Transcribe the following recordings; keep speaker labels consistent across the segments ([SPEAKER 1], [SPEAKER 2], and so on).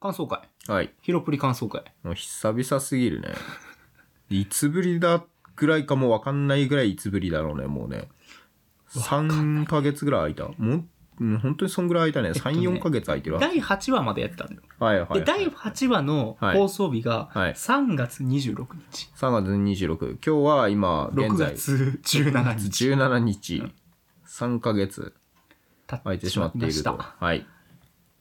[SPEAKER 1] 感想会。
[SPEAKER 2] はい。
[SPEAKER 1] ヒロプリ感想会。
[SPEAKER 2] もう久々すぎるね。いつぶりだぐらいかもわかんないぐらいいつぶりだろうね、もうね。3ヶ月ぐらい空いた。もう、うん本当にそんぐらい空いたね。3、4ヶ月空いてるわ。
[SPEAKER 1] 第8話までやったんだよ。
[SPEAKER 2] はいはい。
[SPEAKER 1] で、第8話の放送日が
[SPEAKER 2] はいはい
[SPEAKER 1] 3月26日。
[SPEAKER 2] 3月26。今日は今、現
[SPEAKER 1] 6
[SPEAKER 2] 在、
[SPEAKER 1] 月17日。
[SPEAKER 2] 17日。3ヶ月空いてしまってい
[SPEAKER 1] し
[SPEAKER 2] ると。
[SPEAKER 1] た。
[SPEAKER 2] はい。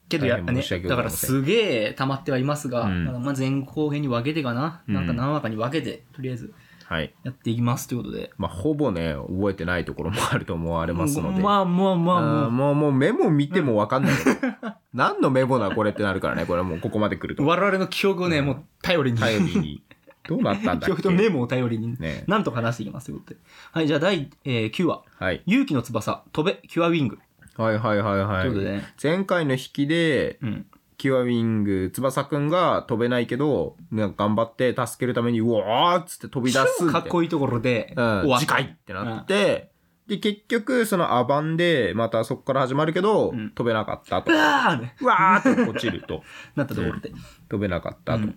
[SPEAKER 1] けどやっぱ
[SPEAKER 2] 大変
[SPEAKER 1] ね、
[SPEAKER 2] 申し訳ご
[SPEAKER 1] だか
[SPEAKER 2] ざいま
[SPEAKER 1] ら
[SPEAKER 2] せん
[SPEAKER 1] すげえ溜まってはいますが、
[SPEAKER 2] うん
[SPEAKER 1] だからまあ前後後編に分けてかな、
[SPEAKER 2] うん
[SPEAKER 1] なんか何話かに分けて、とりあえず
[SPEAKER 2] はい。
[SPEAKER 1] やっていきますということで。
[SPEAKER 2] まあ、ほぼね、覚えてないところもあると思われますので。
[SPEAKER 1] まあまあまあ
[SPEAKER 2] あ
[SPEAKER 1] ま
[SPEAKER 2] ーもう、もうメモ見てもわかんないけど。何のメモなこれってなるからね。これはもうここまで来る
[SPEAKER 1] あ、
[SPEAKER 2] と。
[SPEAKER 1] 我々の記憶をね、もう頼りに、
[SPEAKER 2] 頼りに。 どうなったんだ
[SPEAKER 1] 記
[SPEAKER 2] っ
[SPEAKER 1] 憶と
[SPEAKER 2] け
[SPEAKER 1] メモを頼りに、
[SPEAKER 2] ね
[SPEAKER 1] なんとか話していきますということで。はい、じゃあ第、えー9話。
[SPEAKER 2] はい。
[SPEAKER 1] 勇気の翼、飛べ、キュアウィング。
[SPEAKER 2] はいはいはいは
[SPEAKER 1] とい
[SPEAKER 2] い。
[SPEAKER 1] うことでね。
[SPEAKER 2] 前回の引きで、
[SPEAKER 1] うん。
[SPEAKER 2] キュアウィング、翼くんが飛べないけど、なんか頑張って助けるために、うわーっつって飛び出す
[SPEAKER 1] 超
[SPEAKER 2] み
[SPEAKER 1] か
[SPEAKER 2] たい
[SPEAKER 1] っ
[SPEAKER 2] な。
[SPEAKER 1] こいいところで、
[SPEAKER 2] う
[SPEAKER 1] 終
[SPEAKER 2] ん、
[SPEAKER 1] わ
[SPEAKER 2] 次
[SPEAKER 1] った
[SPEAKER 2] 回ってなって、で、結局、そのアバンで、またそこから始まるけど、
[SPEAKER 1] うん
[SPEAKER 2] 飛べなかったと。
[SPEAKER 1] うわーね
[SPEAKER 2] うわーって落ちると。
[SPEAKER 1] なったところで。
[SPEAKER 2] 飛べなかったと。
[SPEAKER 1] うん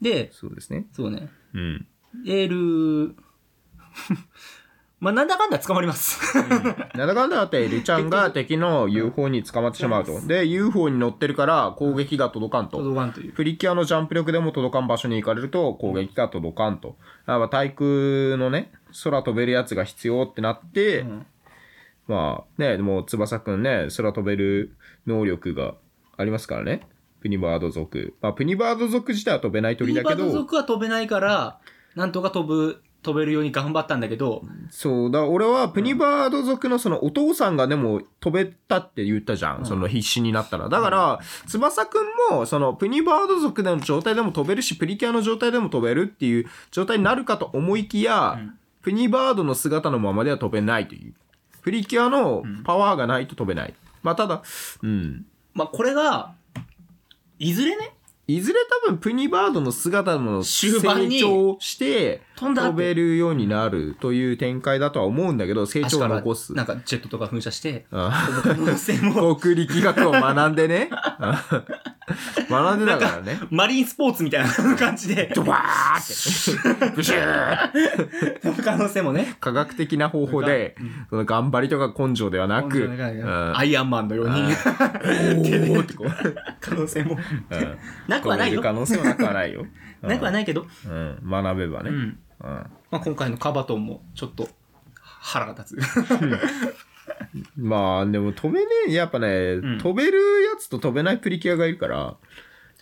[SPEAKER 1] で、
[SPEAKER 2] そうですね。
[SPEAKER 1] そうね、
[SPEAKER 2] うん。
[SPEAKER 1] エール、 まあなんだかんだ捕まり ます。
[SPEAKER 2] なんだかんだあって、ルちゃんが敵の UFO に捕まってしまうと。で、UFO に乗ってるから攻撃が届かんと。
[SPEAKER 1] 届かんという。
[SPEAKER 2] プリキュアのジャンプ力でも届かん場所に行かれると攻撃が届かんと。あまあ、対空のね、空飛べるやつが必要ってなって、
[SPEAKER 1] ん
[SPEAKER 2] まあね、でも翼くんね、空飛べる能力がありますからね。プニバード族。まあ、プニバード族自体は飛べない
[SPEAKER 1] プ
[SPEAKER 2] 鳥
[SPEAKER 1] リ
[SPEAKER 2] だ
[SPEAKER 1] バ
[SPEAKER 2] け
[SPEAKER 1] ード
[SPEAKER 2] ど、
[SPEAKER 1] 族は飛べないから、なんとか飛ぶ、飛べるように頑張ったんだけど、
[SPEAKER 2] そうだ、俺はプニバード族のそのお父さんがでも飛べたって言ったじゃん。その必死になったら。だから、翼くんも、そのプニバード族での状態でも飛べるし、プリキュアの状態でも飛べるっていう状態になるかと思いきや、
[SPEAKER 1] うん
[SPEAKER 2] プニバードの姿のままでは飛べないという。プリキュアのパワーがないと飛べない。まあ、ただ、うん。
[SPEAKER 1] まあこれが、いずれね、
[SPEAKER 2] いずれ多分プニバードの姿の
[SPEAKER 1] 終盤
[SPEAKER 2] 成
[SPEAKER 1] に
[SPEAKER 2] 長して
[SPEAKER 1] 飛んだって
[SPEAKER 2] 飛べるようになるという展開だとは思うんだけど成
[SPEAKER 1] 足か
[SPEAKER 2] 長を
[SPEAKER 1] ら
[SPEAKER 2] 残す
[SPEAKER 1] なんかジェットとか噴射して、
[SPEAKER 2] あ
[SPEAKER 1] 飛ぶ可能性も、
[SPEAKER 2] 航空力学を学んで ねあ学んでたからね
[SPEAKER 1] マリンスポーツみたいな感じ で、
[SPEAKER 2] ドバーってブシュー
[SPEAKER 1] 飛 ぶ可能性もね。
[SPEAKER 2] 科学的な方法でその頑張りとか根性ではなく
[SPEAKER 1] 本当に
[SPEAKER 2] う
[SPEAKER 1] ね
[SPEAKER 2] ん
[SPEAKER 1] アイアンマンのように、 手で 可能性も。
[SPEAKER 2] うん
[SPEAKER 1] なくはない
[SPEAKER 2] 飛
[SPEAKER 1] よ。
[SPEAKER 2] べる可能性はなくはないよ
[SPEAKER 1] なくはないけど、
[SPEAKER 2] うん学べばね
[SPEAKER 1] うん
[SPEAKER 2] うん
[SPEAKER 1] まあ、今回のカバトンもちょっと腹が立つ。
[SPEAKER 2] まあでも飛べねえやっぱね、
[SPEAKER 1] ん
[SPEAKER 2] 飛べるやつと飛べないプリキュアがいるから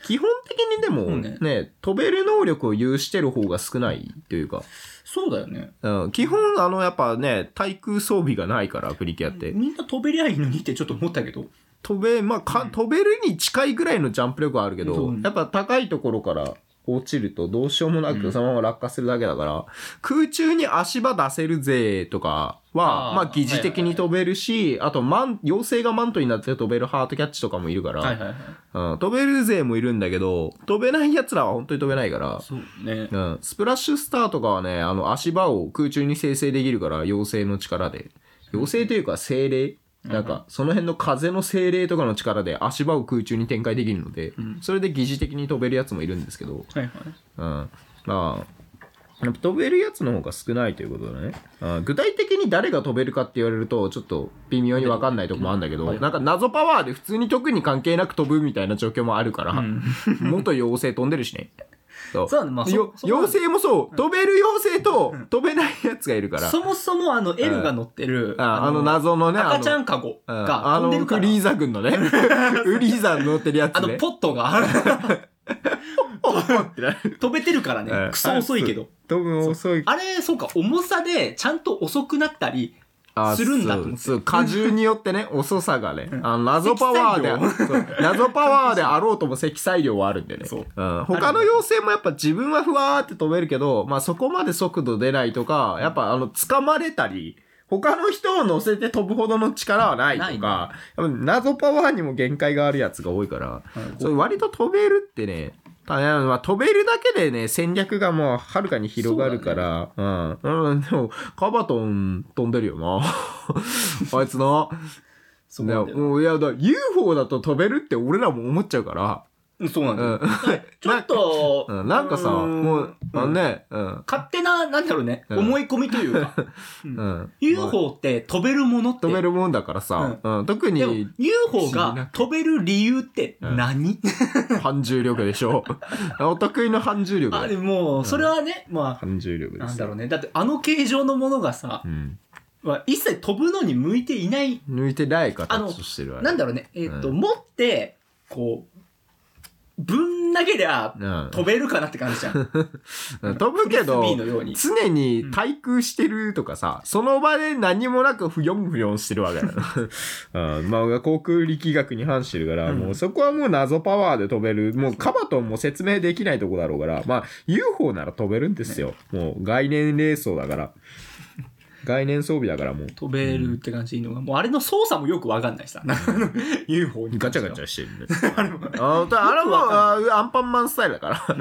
[SPEAKER 2] 基本的にで
[SPEAKER 1] そ
[SPEAKER 2] も
[SPEAKER 1] う
[SPEAKER 2] ね
[SPEAKER 1] ね
[SPEAKER 2] 飛べる能力を有してる方が少ないというか、
[SPEAKER 1] そうだよね。
[SPEAKER 2] うん、基本あのやっぱね対空装備がないからプリキュアって、
[SPEAKER 1] みんな飛べりゃいいのにってちょっと思ったけど、
[SPEAKER 2] 飛べまあか、飛べるに近いぐらいのジャンプ力はあるけど、
[SPEAKER 1] うん
[SPEAKER 2] やっぱ高いところから落ちるとどうしようもなくそのまま落下するだけだから、空中に足場出せるぜとかは
[SPEAKER 1] あー
[SPEAKER 2] まあ疑似的に飛べるし、あとマン妖精がマントになって飛べるハートキャッチとかもいるから、
[SPEAKER 1] はいはいはい。
[SPEAKER 2] うん、飛べるぜもいるんだけど飛べないやつらは本当に飛べないから。
[SPEAKER 1] そうね。
[SPEAKER 2] うん、スプラッシュスターとかはねあの足場を空中に生成できるから妖精の力で妖精というか精霊なんかその辺の風の精霊とかの力で足場を空中に展開できるので、
[SPEAKER 1] ん
[SPEAKER 2] それで疑似的に飛べるやつもいるんですけど、うん、
[SPEAKER 1] はいはい。
[SPEAKER 2] まあやっぱ飛べるやつの方が少ないということだね、うん、具体的に誰が飛べるかって言われるとちょっと微妙に分かんないとこもあるんだけど、
[SPEAKER 1] はい
[SPEAKER 2] なんか謎パワーで普通に特に関係なく飛ぶみたいな状況もあるから、 元妖精飛んでるしね。そう
[SPEAKER 1] そうだねまあそ
[SPEAKER 2] よ
[SPEAKER 1] そうなんだ
[SPEAKER 2] 妖精もそう、飛べる妖精と飛べないやつがいるから。
[SPEAKER 1] そもそもあの L が乗ってる、
[SPEAKER 2] ああの謎のね、あの
[SPEAKER 1] 赤ちゃんカゴ
[SPEAKER 2] うん
[SPEAKER 1] が飛んでるか
[SPEAKER 2] あの、
[SPEAKER 1] ら
[SPEAKER 2] フリ、ーザ 軍のね、フリーザ乗ってるや
[SPEAKER 1] あ
[SPEAKER 2] つ
[SPEAKER 1] の
[SPEAKER 2] ね。
[SPEAKER 1] ポット が
[SPEAKER 2] ポッってなる。
[SPEAKER 1] 飛べてるから
[SPEAKER 2] う
[SPEAKER 1] ね
[SPEAKER 2] ん、
[SPEAKER 1] クソ遅いけど。。
[SPEAKER 2] 飛ぶの遅い。
[SPEAKER 1] あれ、そうか、重さでちゃんと遅くなったり、
[SPEAKER 2] あ
[SPEAKER 1] するんだ
[SPEAKER 2] そ
[SPEAKER 1] と思
[SPEAKER 2] う
[SPEAKER 1] って
[SPEAKER 2] そう荷重によっ てね遅さがねあの謎パワーで
[SPEAKER 1] 積
[SPEAKER 2] そう謎パワーであろうとも積載量はあるんでね、
[SPEAKER 1] そうん
[SPEAKER 2] 他の妖精もやっぱ自分はふわーって飛べるけど、まあ、そこまで速度出ないとかやっぱあの掴まれたり他の人を乗せて飛ぶほどの力はないと
[SPEAKER 1] ないね
[SPEAKER 2] か、やっぱ謎パワーにも限界があるやつが多いから、それ割と飛べるってね、たまあ、飛べるだけでね、戦略がもうはるかに広がるから、うん。うん、でも、カバトン飛んでる よな。あいつな。
[SPEAKER 1] そうなんだよ
[SPEAKER 2] ねもういやだ、UFO だと飛べるって俺らも思っちゃうから、
[SPEAKER 1] そうなんだよ、
[SPEAKER 2] うん
[SPEAKER 1] ちょっと、
[SPEAKER 2] うんなんかさ、
[SPEAKER 1] うーん
[SPEAKER 2] もう、あのね、うん。
[SPEAKER 1] 勝手な、なんだろうね、
[SPEAKER 2] うん
[SPEAKER 1] 思い込みという か、うん
[SPEAKER 2] うん。ま
[SPEAKER 1] UFO って飛べるものっ
[SPEAKER 2] あ
[SPEAKER 1] て。
[SPEAKER 2] 止めるもんだからさ、うん。特
[SPEAKER 1] でも
[SPEAKER 2] に、
[SPEAKER 1] UFO
[SPEAKER 2] 不思議な
[SPEAKER 1] が飛べる理由って何、
[SPEAKER 2] 反重力で しょ。お得意の反重力
[SPEAKER 1] あ、
[SPEAKER 2] だ
[SPEAKER 1] で
[SPEAKER 2] よ。
[SPEAKER 1] ももう、それはね、ま
[SPEAKER 2] 反重力
[SPEAKER 1] あ、
[SPEAKER 2] で
[SPEAKER 1] なん
[SPEAKER 2] すよ。
[SPEAKER 1] だろうね。だってあの形状のものがさ、
[SPEAKER 2] うん。
[SPEAKER 1] まあ一切飛ぶのに向いていない、
[SPEAKER 2] 抜いてない形
[SPEAKER 1] あの
[SPEAKER 2] としてるわ
[SPEAKER 1] なんだろうね、えっ、と、
[SPEAKER 2] う
[SPEAKER 1] 持って、こう、ぶん投げりゃ
[SPEAKER 2] うん
[SPEAKER 1] 飛べるかなって感じじゃん。
[SPEAKER 2] うん飛ぶ け
[SPEAKER 1] フ
[SPEAKER 2] ど
[SPEAKER 1] リスビーのように
[SPEAKER 2] 常に滞空してるとかさ、その場で何もなくふよんふよんしてるわけだ な、うん、まあ航空力学に反してるから、
[SPEAKER 1] うん
[SPEAKER 2] もうそこはもう謎パワーで飛べるもうカバトンも説明できないとこだろうからまあ UFO なら飛べるんですよ、もう概念霊装だから概念装備だからもう
[SPEAKER 1] 飛べるって感じでいいのが、もうあれの操作もよくわかんないし さ、UFO に
[SPEAKER 2] ガ
[SPEAKER 1] 関し
[SPEAKER 2] チ
[SPEAKER 1] ては。
[SPEAKER 2] ャガチャしてるね。 あだあれもあアンパンマンスタイルだ か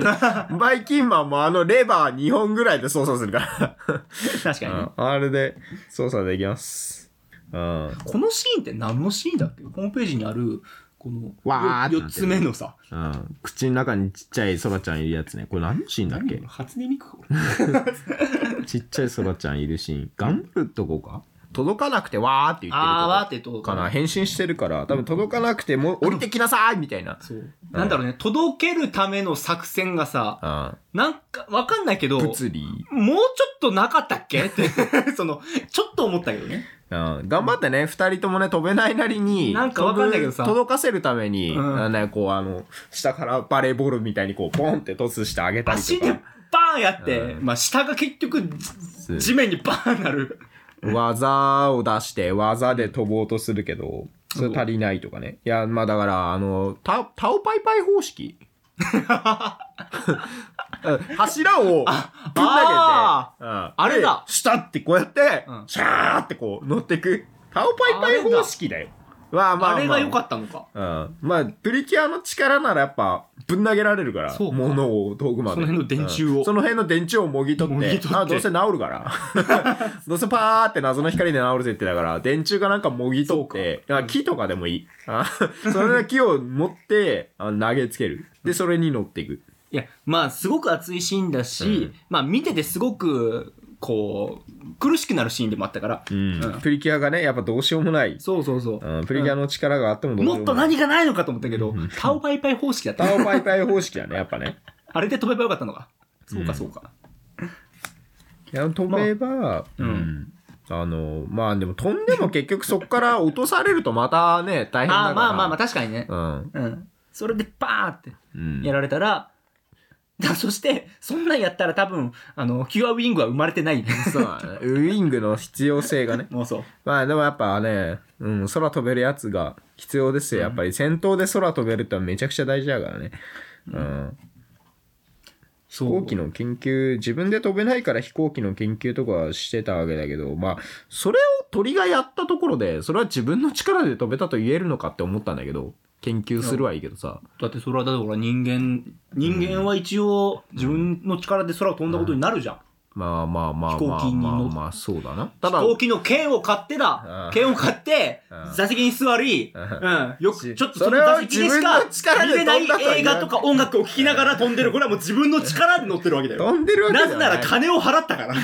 [SPEAKER 2] ら。バイキンマンもあのレバー2本ぐらいで操作するから。
[SPEAKER 1] 確かにね、
[SPEAKER 2] うんあれで操作できます。うん。わ
[SPEAKER 1] このシーンって何のシーンだっけホームページにある、この、
[SPEAKER 2] わーってなって
[SPEAKER 1] 4
[SPEAKER 2] る
[SPEAKER 1] つ目のさ、
[SPEAKER 2] うん。口の中にちっちゃいソラちゃんいるやつね。これ何のシーンだっけ
[SPEAKER 1] 初音ミクこれ
[SPEAKER 2] ちっちゃいソラちゃんいるシーン。頑張るとこか届かなくてわーって言ってる
[SPEAKER 1] あーわーっ
[SPEAKER 2] と
[SPEAKER 1] てと
[SPEAKER 2] こかな。変身してるから、多分届かなくてもう降りてきなさいみたいな。
[SPEAKER 1] そうなんだろうね届けるための作戦がさなんかわかんないけど
[SPEAKER 2] うん。
[SPEAKER 1] もうちょ
[SPEAKER 2] 物理。
[SPEAKER 1] っとなかったっけって そのちょっと思ったけどね
[SPEAKER 2] うん、頑張ってね、二人ともね、飛べないなりに、
[SPEAKER 1] なんかわかんないけどさ
[SPEAKER 2] 飛ぶ届かせるために、
[SPEAKER 1] うん
[SPEAKER 2] あのね、こう、あの、下からバレーボールみたいに、こう、ポンってトスしてあげたり
[SPEAKER 1] 足
[SPEAKER 2] と
[SPEAKER 1] で
[SPEAKER 2] か
[SPEAKER 1] バ。ーンやって、
[SPEAKER 2] うん
[SPEAKER 1] まあ下が結局
[SPEAKER 2] そう
[SPEAKER 1] 地面にバーンなる
[SPEAKER 2] 技を出して、技で飛ぼうとするけど、それ足りないとかね。いや、まあだから、あの、タタオパイパイ方式 うん柱をぶん投げて、
[SPEAKER 1] あ
[SPEAKER 2] うん
[SPEAKER 1] あれだ
[SPEAKER 2] で下ってこうやって、
[SPEAKER 1] うん
[SPEAKER 2] シャーってこう乗ってく。タオパイパイ方式だよ。まあまあまあ、
[SPEAKER 1] あれが良かったのか
[SPEAKER 2] うんまあ、プリキュアの力ならやっぱ、ぶん投げられるから、
[SPEAKER 1] そうか
[SPEAKER 2] 物を遠くまで。
[SPEAKER 1] その辺の電柱を
[SPEAKER 2] うんその辺の電柱をもぎ取っ
[SPEAKER 1] もぎ
[SPEAKER 2] て、
[SPEAKER 1] 取って
[SPEAKER 2] あ、どうせ治 るから。どうせパーって謎の光で治るぜってだから、電柱かなんかもぎ取って、あ木とかでもいい。あそれの木を持って、あ投げつける。で、それに乗っていく。
[SPEAKER 1] いやまあすごく熱いシーンだし、
[SPEAKER 2] うん
[SPEAKER 1] まあ見ててすごくこう苦しくなるシーンでもあったから、
[SPEAKER 2] うん
[SPEAKER 1] うん
[SPEAKER 2] プリキュアがね、やっぱどうしようもない。
[SPEAKER 1] そうそうそう、
[SPEAKER 2] うんプリキュアの力があってもどうしよう
[SPEAKER 1] もっと
[SPEAKER 2] もない。
[SPEAKER 1] 何がないのかと思ったけど、
[SPEAKER 2] うん
[SPEAKER 1] タオパイパイ方式だった
[SPEAKER 2] タオパイパイ方式だね、やっぱね。
[SPEAKER 1] あれで飛べばよかったのか。そう
[SPEAKER 2] う
[SPEAKER 1] か、
[SPEAKER 2] ん
[SPEAKER 1] そうか。
[SPEAKER 2] いや飛べば、
[SPEAKER 1] う
[SPEAKER 2] うんん、あのまあでも飛んでも結局そこから落とされるとまたね大変だから
[SPEAKER 1] ああ、まあまあまあ、確かにね。
[SPEAKER 2] うん
[SPEAKER 1] うん。それでバーって
[SPEAKER 2] うん
[SPEAKER 1] やられたら、だそして、そんなんやったら多分、あの、キュアウィングは生まれてない。
[SPEAKER 2] そうだねウイングの必要性が ね
[SPEAKER 1] もうそう。
[SPEAKER 2] まあでもやっぱね、うん、空飛べるやつが必要ですよやっぱり戦闘で空飛べるってのはめちゃくちゃ大事だからねうん、
[SPEAKER 1] そ
[SPEAKER 2] 飛行機の研究自分で飛べないから飛行機の研究とかはしてたわけだけどまあそれを鳥がやったところでそれは自分の力で飛べたと言えるのかって思ったんだけど研究するはいいけどさ、
[SPEAKER 1] だってそれは、だってほら、人間、人間は一応、自分の力で空を飛んだことになるじゃん。
[SPEAKER 2] まあまあまあ
[SPEAKER 1] 飛行
[SPEAKER 2] ま
[SPEAKER 1] 機
[SPEAKER 2] あ
[SPEAKER 1] に
[SPEAKER 2] まあ
[SPEAKER 1] 乗っ
[SPEAKER 2] まあそうだな。た
[SPEAKER 1] 飛
[SPEAKER 2] だ、
[SPEAKER 1] 行機の剣を買って
[SPEAKER 2] う
[SPEAKER 1] だ
[SPEAKER 2] ん。
[SPEAKER 1] 剣を買って
[SPEAKER 2] う、ん
[SPEAKER 1] 座席に座り、
[SPEAKER 2] う
[SPEAKER 1] うんん。よく、ちょっとそ
[SPEAKER 2] そ
[SPEAKER 1] の
[SPEAKER 2] れを
[SPEAKER 1] 座席
[SPEAKER 2] 自
[SPEAKER 1] で
[SPEAKER 2] 分
[SPEAKER 1] し
[SPEAKER 2] の
[SPEAKER 1] か
[SPEAKER 2] 力
[SPEAKER 1] 見
[SPEAKER 2] で
[SPEAKER 1] れない
[SPEAKER 2] 飛んだとは
[SPEAKER 1] 映
[SPEAKER 2] 言
[SPEAKER 1] 画
[SPEAKER 2] わない
[SPEAKER 1] とか音楽を聴きながら飛んでる。これはもう自分の力で乗ってるわけだよ。
[SPEAKER 2] 飛んでるわけだ
[SPEAKER 1] なぜ
[SPEAKER 2] よ、ね。
[SPEAKER 1] なら金を払った から。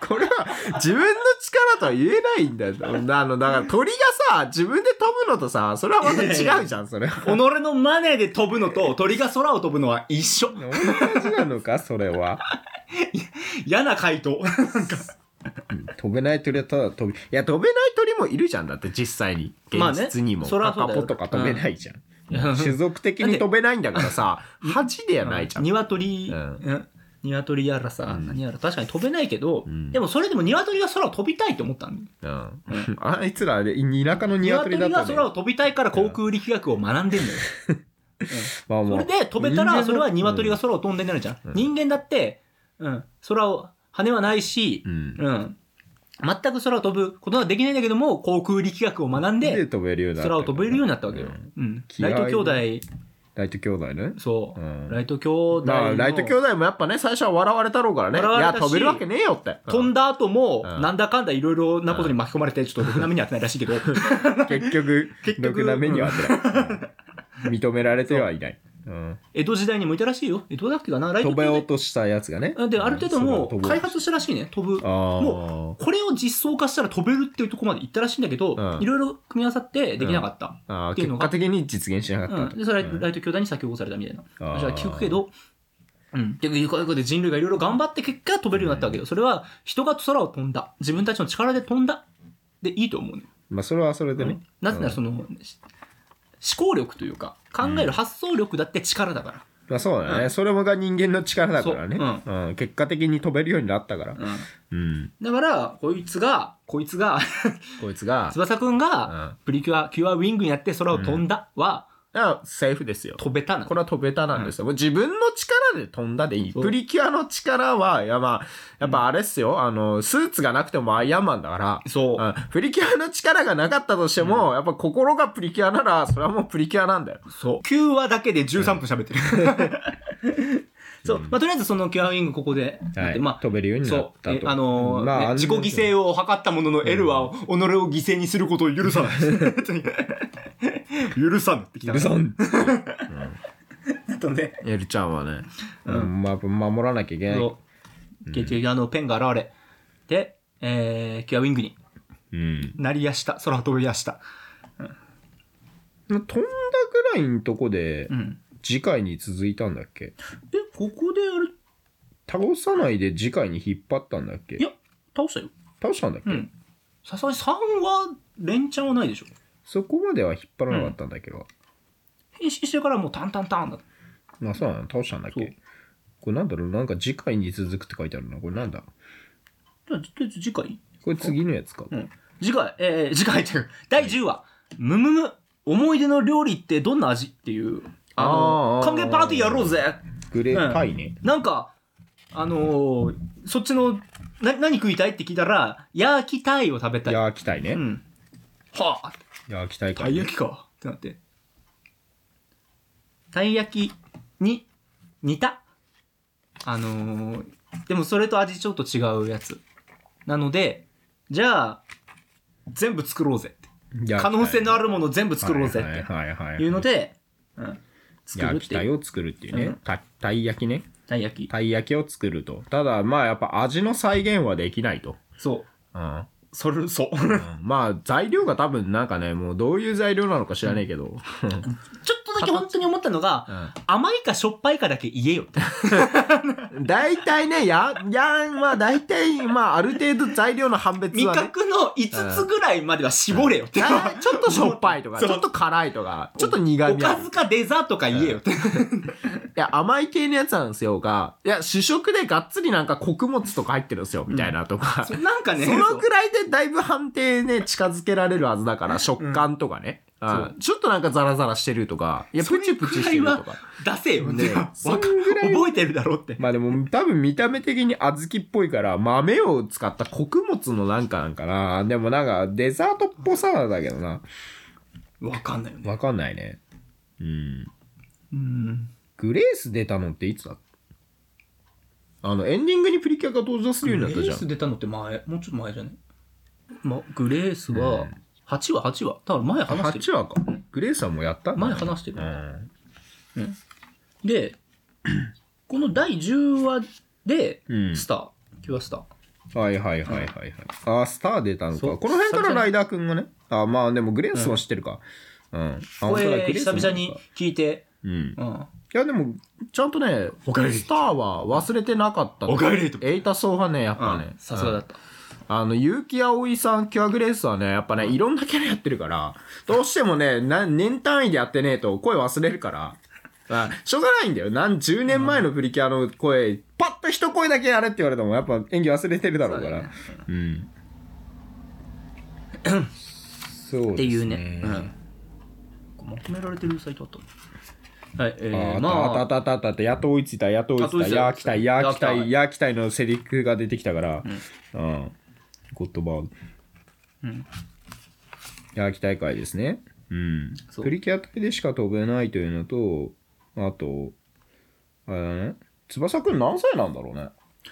[SPEAKER 2] これは自分の力とは言えないんだよ。あの、だから鳥がさ、自分で飛ぶのとさ、それはまた違うじゃん、それは。
[SPEAKER 1] 己のマネーで飛ぶのと鳥が空を飛ぶのは一緒。
[SPEAKER 2] 同じなのか、それは。
[SPEAKER 1] 嫌な回 答。
[SPEAKER 2] 飛べない鳥はただ飛び、いや、飛べない鳥もいるじゃん、だって実際に。
[SPEAKER 1] まあ
[SPEAKER 2] 現
[SPEAKER 1] ね
[SPEAKER 2] 実にも。
[SPEAKER 1] それはそうだよ
[SPEAKER 2] ポとか飛べないじゃん。
[SPEAKER 1] うん
[SPEAKER 2] 種族的に飛べないんだからさ、恥ではないじゃん。
[SPEAKER 1] 鶏、
[SPEAKER 2] う
[SPEAKER 1] うんん鶏やらさ、
[SPEAKER 2] うん
[SPEAKER 1] 何やら確かに飛べないけど、
[SPEAKER 2] うん
[SPEAKER 1] でもそれでも鶏が空を飛びたいと思ったんだよ。
[SPEAKER 2] うん。あいつら、ね、田舎の鶏だった
[SPEAKER 1] が
[SPEAKER 2] ね。
[SPEAKER 1] 空を飛びたいから航空力学を学んでんだよ。
[SPEAKER 2] まあま
[SPEAKER 1] そ
[SPEAKER 2] あ
[SPEAKER 1] れで飛べたらそれは鶏が空を飛んでになるじゃん。
[SPEAKER 2] うん
[SPEAKER 1] 人間だって、うん、空を羽はないし
[SPEAKER 2] う、ん。
[SPEAKER 1] うん、全く空を飛ぶことはできないんだけども航空力学を学んで
[SPEAKER 2] で飛べるようになった
[SPEAKER 1] 空を飛べるようになったわけよ。
[SPEAKER 2] うん
[SPEAKER 1] うん。
[SPEAKER 2] 気合
[SPEAKER 1] ラ
[SPEAKER 2] い
[SPEAKER 1] イト兄弟、
[SPEAKER 2] ライト兄弟ね
[SPEAKER 1] そう、
[SPEAKER 2] うん
[SPEAKER 1] ライト兄弟の、
[SPEAKER 2] まあライト兄弟もやっぱね最初は笑われたろうからねい
[SPEAKER 1] 笑われ
[SPEAKER 2] や
[SPEAKER 1] たし
[SPEAKER 2] 飛べるわけねえよって
[SPEAKER 1] 飛んだ後も、
[SPEAKER 2] うん
[SPEAKER 1] なんだかんだいろいろなことに巻き込まれて、ちょっとろくな目にはってないらしいけど、
[SPEAKER 2] 結局
[SPEAKER 1] 結局
[SPEAKER 2] ろくな目にはあってない認められてはいないうん、
[SPEAKER 1] 江戸時代にもいたらしいよ。江戸だっけかなライト
[SPEAKER 2] 飛
[SPEAKER 1] って
[SPEAKER 2] べ
[SPEAKER 1] ね
[SPEAKER 2] ようとしたやつがね。
[SPEAKER 1] で、ある程度も
[SPEAKER 2] そううだ
[SPEAKER 1] 開発したらしいね、飛ぶ。
[SPEAKER 2] あー
[SPEAKER 1] もこれを実装化したら飛べるっていうところまで行ったらしいんだけど、
[SPEAKER 2] うん
[SPEAKER 1] いろいろ組み合わさってできなかった。
[SPEAKER 2] あー
[SPEAKER 1] っていうの
[SPEAKER 2] 結
[SPEAKER 1] が
[SPEAKER 2] 果的に実現しなか
[SPEAKER 1] うん
[SPEAKER 2] った。
[SPEAKER 1] で、それ
[SPEAKER 2] う
[SPEAKER 1] は
[SPEAKER 2] ん
[SPEAKER 1] ライト兄弟に先を越されたみたいな。
[SPEAKER 2] あー
[SPEAKER 1] じゃあ聞くけど、うん。で、いうことで人類がいろいろ頑張って結果飛べるようになったわけよ。それは人が空を飛んだ。自分たちの力で飛んだ。でいいと思うね。
[SPEAKER 2] まあ、それはそれでね。
[SPEAKER 1] なぜならその、し思考力というか、考える発想力だって力だから。
[SPEAKER 2] まあ、そうだね、それもが人間の力だからね、
[SPEAKER 1] そう
[SPEAKER 2] うん結果的に飛べるようになったから。
[SPEAKER 1] うん
[SPEAKER 2] うん。
[SPEAKER 1] だから、こいつが、こいつ が、
[SPEAKER 2] こいつが、
[SPEAKER 1] 翼くん
[SPEAKER 2] うん
[SPEAKER 1] が、プリキュア、キュアウィングになって空を飛んだは、
[SPEAKER 2] あセーフですよ。
[SPEAKER 1] 飛べたな。
[SPEAKER 2] これは飛べたなんですよ。もう自分の力で飛んだでいい。
[SPEAKER 1] そう
[SPEAKER 2] プリキュアの力は、いやまあ、やっぱあれっすよ。あの、スーツがなくてもアイアンマンだから。
[SPEAKER 1] そう
[SPEAKER 2] うんプリキュアの力がなかったとしても、やっぱ心がプリキュアなら、それはもうプリキュアなんだよ。
[SPEAKER 1] そう。9話だけで13分喋ってる。そう。まあ、とりあえずそのキュアウィングここで。でまあ
[SPEAKER 2] 飛べるようにな
[SPEAKER 1] そ
[SPEAKER 2] っ
[SPEAKER 1] う。
[SPEAKER 2] た
[SPEAKER 1] え
[SPEAKER 2] と。
[SPEAKER 1] あのー
[SPEAKER 2] まあ
[SPEAKER 1] ね
[SPEAKER 2] あの
[SPEAKER 1] 自己犠牲を図ったものの L は、己を犠牲にすることを許さない。 許さんってきた。
[SPEAKER 2] ルソン
[SPEAKER 1] んとね。
[SPEAKER 2] エルちゃんはね、
[SPEAKER 1] うん
[SPEAKER 2] うん、まあ、守らなきゃいけな い。
[SPEAKER 1] そう。結局、あの、ペンが現れ。で、えー、キュアウィングに
[SPEAKER 2] うん。
[SPEAKER 1] なりやした。空飛びやした。
[SPEAKER 2] 飛んだぐらいのとこで
[SPEAKER 1] う、ん。
[SPEAKER 2] 次回に続いたんだっけ
[SPEAKER 1] で、ここであれ、
[SPEAKER 2] 倒さないで次回に引っ張ったんだっけ
[SPEAKER 1] いや、倒したよ。
[SPEAKER 2] 倒したんだっけ、
[SPEAKER 1] うん。さすがに3は連チャンはないでしょ。
[SPEAKER 2] そこまでは引っ張らなかったんだけど。
[SPEAKER 1] 変身してからもうタンタンタンだ。
[SPEAKER 2] あ、そうなの倒したんだっ
[SPEAKER 1] そう
[SPEAKER 2] けこれなんだろうなんか次回に続くって書いてあるな。これなんだ
[SPEAKER 1] じゃあ、とりあえず次回
[SPEAKER 2] これ次のやつか。
[SPEAKER 1] うん。次回、えー、次回っていう、第10話、むむむ、思い出の料理ってどんな味っていう、あの、
[SPEAKER 2] あー
[SPEAKER 1] 歓迎パーティーやろうぜ
[SPEAKER 2] グレーパイね。
[SPEAKER 1] なんか、あのー、そっちの、な、何食いたいって聞いたら、焼きたいを食べたい。
[SPEAKER 2] 焼きたいうね。
[SPEAKER 1] ん。はあ、
[SPEAKER 2] 焼きたいか
[SPEAKER 1] た
[SPEAKER 2] ら
[SPEAKER 1] い
[SPEAKER 2] ね。
[SPEAKER 1] 焼きか。ってなって。たい焼きに、似た。あのー、でもそれと味ちょっと違うやつ。なので、じゃあ、全部作ろうぜって。可能性のあ
[SPEAKER 2] る
[SPEAKER 1] るものを全部作ろうぜ
[SPEAKER 2] はい
[SPEAKER 1] っ
[SPEAKER 2] はいはいは
[SPEAKER 1] て
[SPEAKER 2] い。
[SPEAKER 1] いうので、うん、作る
[SPEAKER 2] 焼
[SPEAKER 1] っ
[SPEAKER 2] き
[SPEAKER 1] て
[SPEAKER 2] た
[SPEAKER 1] い
[SPEAKER 2] いうを作るっていう
[SPEAKER 1] う
[SPEAKER 2] ね
[SPEAKER 1] ん。
[SPEAKER 2] たたい焼きね。
[SPEAKER 1] たい焼き
[SPEAKER 2] たい焼きを作ると。ただ、まあやっぱ味の再現はできないと。
[SPEAKER 1] そう
[SPEAKER 2] うん。
[SPEAKER 1] それ そう
[SPEAKER 2] うん まあ材料が多分なんかね、もうどういう材料なのか知らねえけど。
[SPEAKER 1] ちょっとだけ本当に思ったのが、甘いかしょっぱいかだけ言えよって
[SPEAKER 2] 大体ね、や、やんは大体、まあある程度材料の判別
[SPEAKER 1] 味
[SPEAKER 2] はね。
[SPEAKER 1] 覚の5つぐらいまでは絞れよって、
[SPEAKER 2] あーちょっとしょっぱいとか、ち
[SPEAKER 1] そう
[SPEAKER 2] ょっと辛いとか、ちょっと苦
[SPEAKER 1] お
[SPEAKER 2] 味あ
[SPEAKER 1] か
[SPEAKER 2] る。
[SPEAKER 1] ずかデザートか言えよって、
[SPEAKER 2] いや、甘い系のやつなんですよが、いや、主食でがっつりなんか穀物とか入ってるんですよ、みたいなとか。
[SPEAKER 1] そうなんかね
[SPEAKER 2] その
[SPEAKER 1] そう
[SPEAKER 2] くらいでだいぶ判定ね、近づけられるはずだから、食感とかね。うん
[SPEAKER 1] そう
[SPEAKER 2] ちょっとなんかザラザラしてるとか、いや、
[SPEAKER 1] そ
[SPEAKER 2] プ
[SPEAKER 1] れ
[SPEAKER 2] チプチしてると
[SPEAKER 1] くら
[SPEAKER 2] か
[SPEAKER 1] い。出せよって、
[SPEAKER 2] ね
[SPEAKER 1] わか
[SPEAKER 2] そんぐらいは
[SPEAKER 1] 覚えてるだろうって
[SPEAKER 2] まあでも多分見た目的に小豆っぽいから豆を使った穀物のなんかなんかな。でもなんかデザートっぽさだけどな。
[SPEAKER 1] わかんないよね
[SPEAKER 2] わかんないね。うん。
[SPEAKER 1] うん
[SPEAKER 2] グレース出たのっていつだあのエンディングにプリキュアが登場するようになったじゃん。
[SPEAKER 1] 出たのって前もうちょっと前じゃない、ま、グレースは8話8話だから前話してる
[SPEAKER 2] 8話か。グレースはもうやったんだね
[SPEAKER 1] 前話してる
[SPEAKER 2] うん。
[SPEAKER 1] で、この第10話で、
[SPEAKER 2] うん
[SPEAKER 1] スター、キュアスター。
[SPEAKER 2] はいはいはいはいはい。あースター出たのか。
[SPEAKER 1] そう
[SPEAKER 2] この辺からライダーくんがね。あーまあでもグレースも知ってるか。うん。あ本当だ
[SPEAKER 1] 声、
[SPEAKER 2] グレー
[SPEAKER 1] 久
[SPEAKER 2] スも知
[SPEAKER 1] 々
[SPEAKER 2] ってるか
[SPEAKER 1] に聞いて、
[SPEAKER 2] うん。
[SPEAKER 1] うん。
[SPEAKER 2] いやでも、ちゃんとね、
[SPEAKER 1] おかえり
[SPEAKER 2] スターは忘れてなかった。
[SPEAKER 1] おかえりと
[SPEAKER 2] エイタソーはね、やっぱね。
[SPEAKER 1] さすがだ
[SPEAKER 2] うん
[SPEAKER 1] った。
[SPEAKER 2] あの、結城葵さん、キュアグレースはね、やっぱね、いろんなキャラやってるから、どうしてもね、な年単位でやってねえと声忘れるから。あしょうがないんだよ。何十年前のプリキュアの声、パッと一声だけやれって言われても、やっぱ演技忘れてるだろうから。うん。そうですね。
[SPEAKER 1] っていうね。うん。まとめられてるサイトあったのはい、え
[SPEAKER 2] あ
[SPEAKER 1] ー、
[SPEAKER 2] ー
[SPEAKER 1] ま
[SPEAKER 2] あ
[SPEAKER 1] あ、
[SPEAKER 2] ったあったあったあったやっと追いついたやっと追いついたや
[SPEAKER 1] や
[SPEAKER 2] ー
[SPEAKER 1] っ
[SPEAKER 2] き
[SPEAKER 1] と
[SPEAKER 2] た
[SPEAKER 1] 追いつい
[SPEAKER 2] い
[SPEAKER 1] た
[SPEAKER 2] やーきた
[SPEAKER 1] やっと追いついた
[SPEAKER 2] いやーきたいのセリフが出てきたからうんゴッドバード
[SPEAKER 1] うん
[SPEAKER 2] やーきたい回ですねうん
[SPEAKER 1] そう
[SPEAKER 2] プリキュア隊でしか飛べないというのとあとあれだね翼くん何歳なんだろうね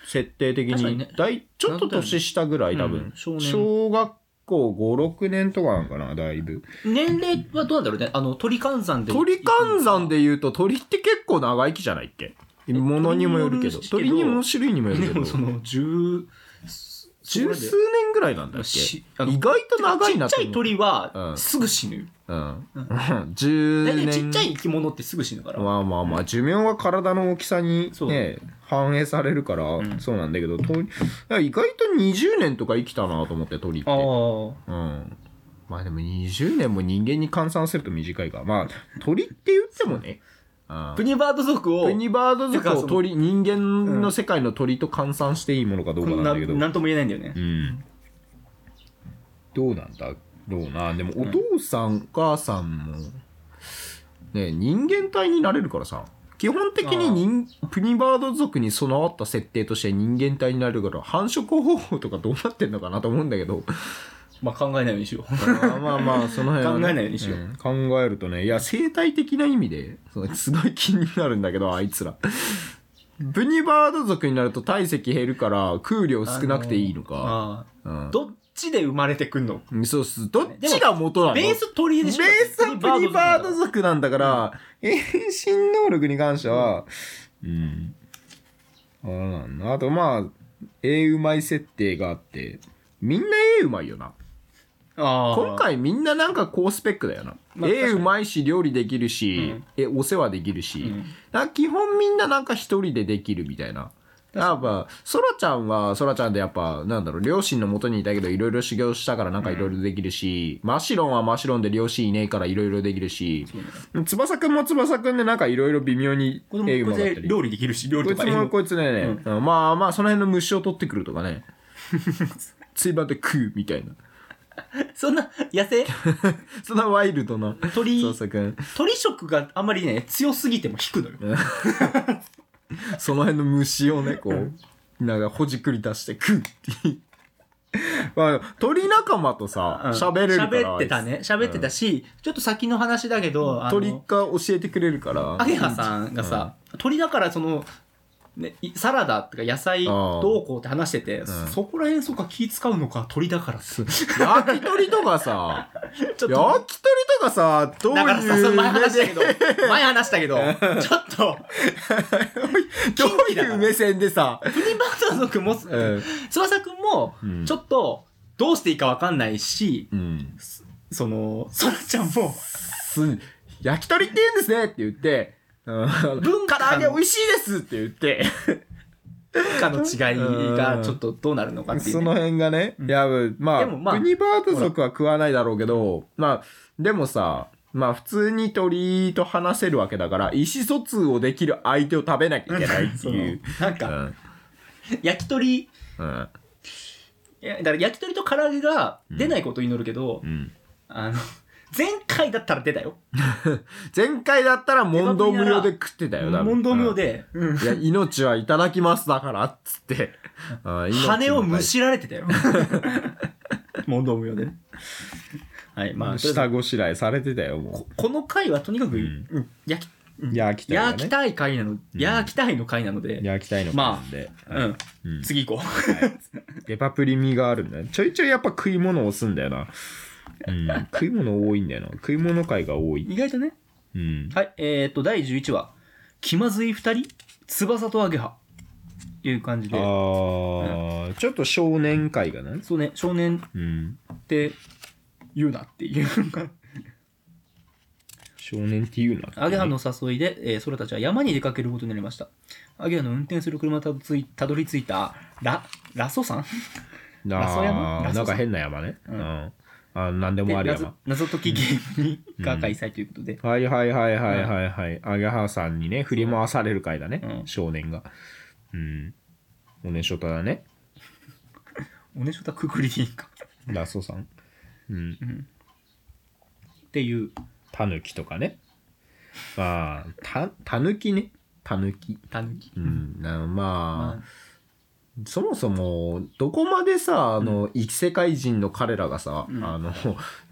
[SPEAKER 2] 設定的に
[SPEAKER 1] 確かにね
[SPEAKER 2] だいちょっ
[SPEAKER 1] な
[SPEAKER 2] と
[SPEAKER 1] んとなく
[SPEAKER 2] 年下ぐらい多分、
[SPEAKER 1] うん少年
[SPEAKER 2] 小学構5、6年とかなんかな、だいぶ。
[SPEAKER 1] 年齢はどうなんだろうね。あの、鳥換算で。
[SPEAKER 2] 鳥換算で言うと、鳥って結構長生きじゃないっけものにもよるけど。
[SPEAKER 1] 鳥
[SPEAKER 2] 鳥
[SPEAKER 1] に
[SPEAKER 2] に
[SPEAKER 1] もよる
[SPEAKER 2] も種類にもよるけ
[SPEAKER 1] でも
[SPEAKER 2] ど。
[SPEAKER 1] その、十、そ
[SPEAKER 2] 十数年ぐらいなんだっけ
[SPEAKER 1] しあの
[SPEAKER 2] 意外と長いな
[SPEAKER 1] ちっちゃい
[SPEAKER 2] 思う。
[SPEAKER 1] 鳥
[SPEAKER 2] う
[SPEAKER 1] は
[SPEAKER 2] ん
[SPEAKER 1] すぐ死ぬ。
[SPEAKER 2] うん。
[SPEAKER 1] うん
[SPEAKER 2] 10
[SPEAKER 1] 大体
[SPEAKER 2] 年。
[SPEAKER 1] ちっちゃい生き物ってすぐ死ぬから。
[SPEAKER 2] まあまあまあ寿命は体の大きさに
[SPEAKER 1] そう
[SPEAKER 2] ね反映されるから
[SPEAKER 1] ん
[SPEAKER 2] そうなんだけど、鳥だから意外と20年とか生きたなと思って鳥って
[SPEAKER 1] ああ。
[SPEAKER 2] うんまあでも20年も人間に換算すると短いからまあ鳥って言ってもねうん
[SPEAKER 1] プニバード族を
[SPEAKER 2] プニバード
[SPEAKER 1] てか
[SPEAKER 2] 族
[SPEAKER 1] そ
[SPEAKER 2] を
[SPEAKER 1] の
[SPEAKER 2] 鳥人間の世界の鳥と換算していいものかどうかなん
[SPEAKER 1] な
[SPEAKER 2] だけど
[SPEAKER 1] なんとも言えないんだよね
[SPEAKER 2] う。んどうなんだろうなでもお父さん、お母さんもね人間体になれるからさ基本的に人プニバード族に備わった設定として人間体になれるから繁殖方法とかどうなってんのかなと思うんだけど
[SPEAKER 1] まあ考えないようにしよう。
[SPEAKER 2] まあまあまあその辺はね
[SPEAKER 1] 考えないようにしようん
[SPEAKER 2] 考えるとねいや生態的な意味でそのすごい気になるんだけどあいつらプニバード族になると体積減るから空量少なくていいの
[SPEAKER 1] あ
[SPEAKER 2] か、うん
[SPEAKER 1] あ。どっちで生まれてくんの
[SPEAKER 2] そうっす。どっちが元なの
[SPEAKER 1] ベース鳥で
[SPEAKER 2] ベー
[SPEAKER 1] し
[SPEAKER 2] ス
[SPEAKER 1] ょ
[SPEAKER 2] はプリバード
[SPEAKER 1] 族
[SPEAKER 2] 族なんだから、遠心能力に関しては、うん。あれなんだあとまあ、絵うまい設定があって、みんな絵うまいよな。
[SPEAKER 1] ああ。
[SPEAKER 2] 今回みんななんか高スペックだよな。
[SPEAKER 1] まあ確
[SPEAKER 2] 絵
[SPEAKER 1] かに
[SPEAKER 2] うまいし、料理できるし、えお世話できるし、
[SPEAKER 1] うん
[SPEAKER 2] なんか基本みんななんか一人でできるみたいな。やっぱ、そらちゃんは、そらちゃんでやっぱ、なんだろう、両親の元にいたけど、いろいろ修行したからなんかいろいろできるし、マシロンはマシロンで両親いねえからいろいろできるし、
[SPEAKER 1] そうね
[SPEAKER 2] 翼くんも翼くんでなんかいろいろ微妙に
[SPEAKER 1] これ
[SPEAKER 2] 絵う
[SPEAKER 1] も
[SPEAKER 2] ま
[SPEAKER 1] こ
[SPEAKER 2] かった
[SPEAKER 1] れで
[SPEAKER 2] り。
[SPEAKER 1] 料理できるし、料
[SPEAKER 2] こ
[SPEAKER 1] 理と
[SPEAKER 2] いつ
[SPEAKER 1] か絵
[SPEAKER 2] も
[SPEAKER 1] も。
[SPEAKER 2] こいつね、うんまあまあ、その辺の虫を取ってくると かね、ついばで食うみたいな。
[SPEAKER 1] そんな野生
[SPEAKER 2] そんなワイルドな。
[SPEAKER 1] 鳥
[SPEAKER 2] 翼くん。
[SPEAKER 1] 鳥食があんまりね、強すぎても引くのよ。
[SPEAKER 2] その辺の虫をね、こう、なんかほじくり出して、クッって いう。まあ、鳥仲間とさ、
[SPEAKER 1] うん
[SPEAKER 2] 喋れるから。
[SPEAKER 1] 喋ってたね。喋ってたし、ちょっと先の話だけど、
[SPEAKER 2] あい
[SPEAKER 1] あ
[SPEAKER 2] つ。
[SPEAKER 1] の
[SPEAKER 2] 鳥が教えてくれるから。
[SPEAKER 1] アゲハさんがさ、鳥だからその、ね、いサラダとか野菜
[SPEAKER 2] あー
[SPEAKER 1] どうこうって話してて、そこら辺そっか気使うのか鳥だから ってち
[SPEAKER 2] 焼き鳥と かさ、
[SPEAKER 1] ょっ
[SPEAKER 2] 焼き鳥
[SPEAKER 1] と
[SPEAKER 2] とかさ、どう
[SPEAKER 1] だからさ
[SPEAKER 2] い
[SPEAKER 1] そうの前話した
[SPEAKER 2] 目
[SPEAKER 1] け
[SPEAKER 2] で、
[SPEAKER 1] ど前話したけどちょっ と
[SPEAKER 2] どういう目線でさ、
[SPEAKER 1] プ ニバード族も、
[SPEAKER 2] うん
[SPEAKER 1] 翼くんも
[SPEAKER 2] うん
[SPEAKER 1] ちょっとどうしていいかわかんないし、
[SPEAKER 2] うん、
[SPEAKER 1] そのそらちゃんも
[SPEAKER 2] す焼き鳥って言うんですねって言って、うん
[SPEAKER 1] 文化
[SPEAKER 2] 唐揚げ
[SPEAKER 1] の
[SPEAKER 2] 美味しいですって言って。
[SPEAKER 1] 文化の違いがちょっとどうなるのかっていう
[SPEAKER 2] そ
[SPEAKER 1] ね、
[SPEAKER 2] の辺がね、いや、ま
[SPEAKER 1] で
[SPEAKER 2] あ、
[SPEAKER 1] もまあ
[SPEAKER 2] プニバード族は食わないだろうけど、まあ、でもさ、まあ普通に鳥と話せるわけだから、意思疎通をできる相手を食べなきゃいけないっ て
[SPEAKER 1] そ
[SPEAKER 2] い
[SPEAKER 1] の
[SPEAKER 2] う。
[SPEAKER 1] なん
[SPEAKER 2] う
[SPEAKER 1] か
[SPEAKER 2] ん
[SPEAKER 1] 焼き鳥
[SPEAKER 2] うん
[SPEAKER 1] いやだから焼き鳥と唐揚げが出ないことを祈るけど、
[SPEAKER 2] うん
[SPEAKER 1] あの前回だったら出たよ
[SPEAKER 2] 前回だったら問答無用で食ってたよ、多分
[SPEAKER 1] 問答無用。で、
[SPEAKER 2] うんいや、命はいただきますだから、っつ って。うん
[SPEAKER 1] 羽をむ。しられてた よ問答無用でねはいまあ
[SPEAKER 2] 命
[SPEAKER 1] とり
[SPEAKER 2] の
[SPEAKER 1] あえ
[SPEAKER 2] 下ごしらえされてたよ、も
[SPEAKER 1] ずこの回はとにかく、
[SPEAKER 2] ん
[SPEAKER 1] うん焼き
[SPEAKER 2] う。焼きたいの
[SPEAKER 1] 焼き
[SPEAKER 2] ね。
[SPEAKER 1] たい回なの、焼きたいの回なので、
[SPEAKER 2] 焼きたいのかなんで。
[SPEAKER 1] うん
[SPEAKER 2] うん
[SPEAKER 1] 次行こ
[SPEAKER 2] デパプリ味があるんだよ。ちょいちょいやっぱ食い物を押すんだよな。うん、食い物多いんだよな。食い物界が多
[SPEAKER 1] う
[SPEAKER 2] い。
[SPEAKER 1] 意外とね
[SPEAKER 2] うん。
[SPEAKER 1] はいえっ、ー、と第11話「気まずい二人翼とアゲハ」っていう感じ
[SPEAKER 2] あ
[SPEAKER 1] で
[SPEAKER 2] ー、ちょっと少年界がな。
[SPEAKER 1] そうね少年
[SPEAKER 2] うん。
[SPEAKER 1] って言うなって いう
[SPEAKER 2] 少年っていうな。
[SPEAKER 1] アゲハの誘いで、えー、ソラたちは山に出かけることになりました。アゲハの運転する車にたどついたどり着いたララソ山
[SPEAKER 2] な
[SPEAKER 1] ラソ山ラソ
[SPEAKER 2] なんか変な山ね。うんん。あ、なんで
[SPEAKER 1] で
[SPEAKER 2] もある
[SPEAKER 1] 謎
[SPEAKER 2] 山。
[SPEAKER 1] 謎解きゲームに、が開催ということで、
[SPEAKER 2] はいはいはいはいはいはい。アゲハさんにね、振り回される回だね。
[SPEAKER 1] うん
[SPEAKER 2] 少年が。うん。おねしょただね。
[SPEAKER 1] おねしょたくくりでいいか。
[SPEAKER 2] ラソさん。うん。
[SPEAKER 1] っていう、
[SPEAKER 2] タヌキとかね。ああ、た、タヌキね。タヌキ。
[SPEAKER 1] たぬき。
[SPEAKER 2] うん、あのまあ
[SPEAKER 1] ま、
[SPEAKER 2] そもそも、どこまでさ、あの、異世界人の彼らがさ、あの、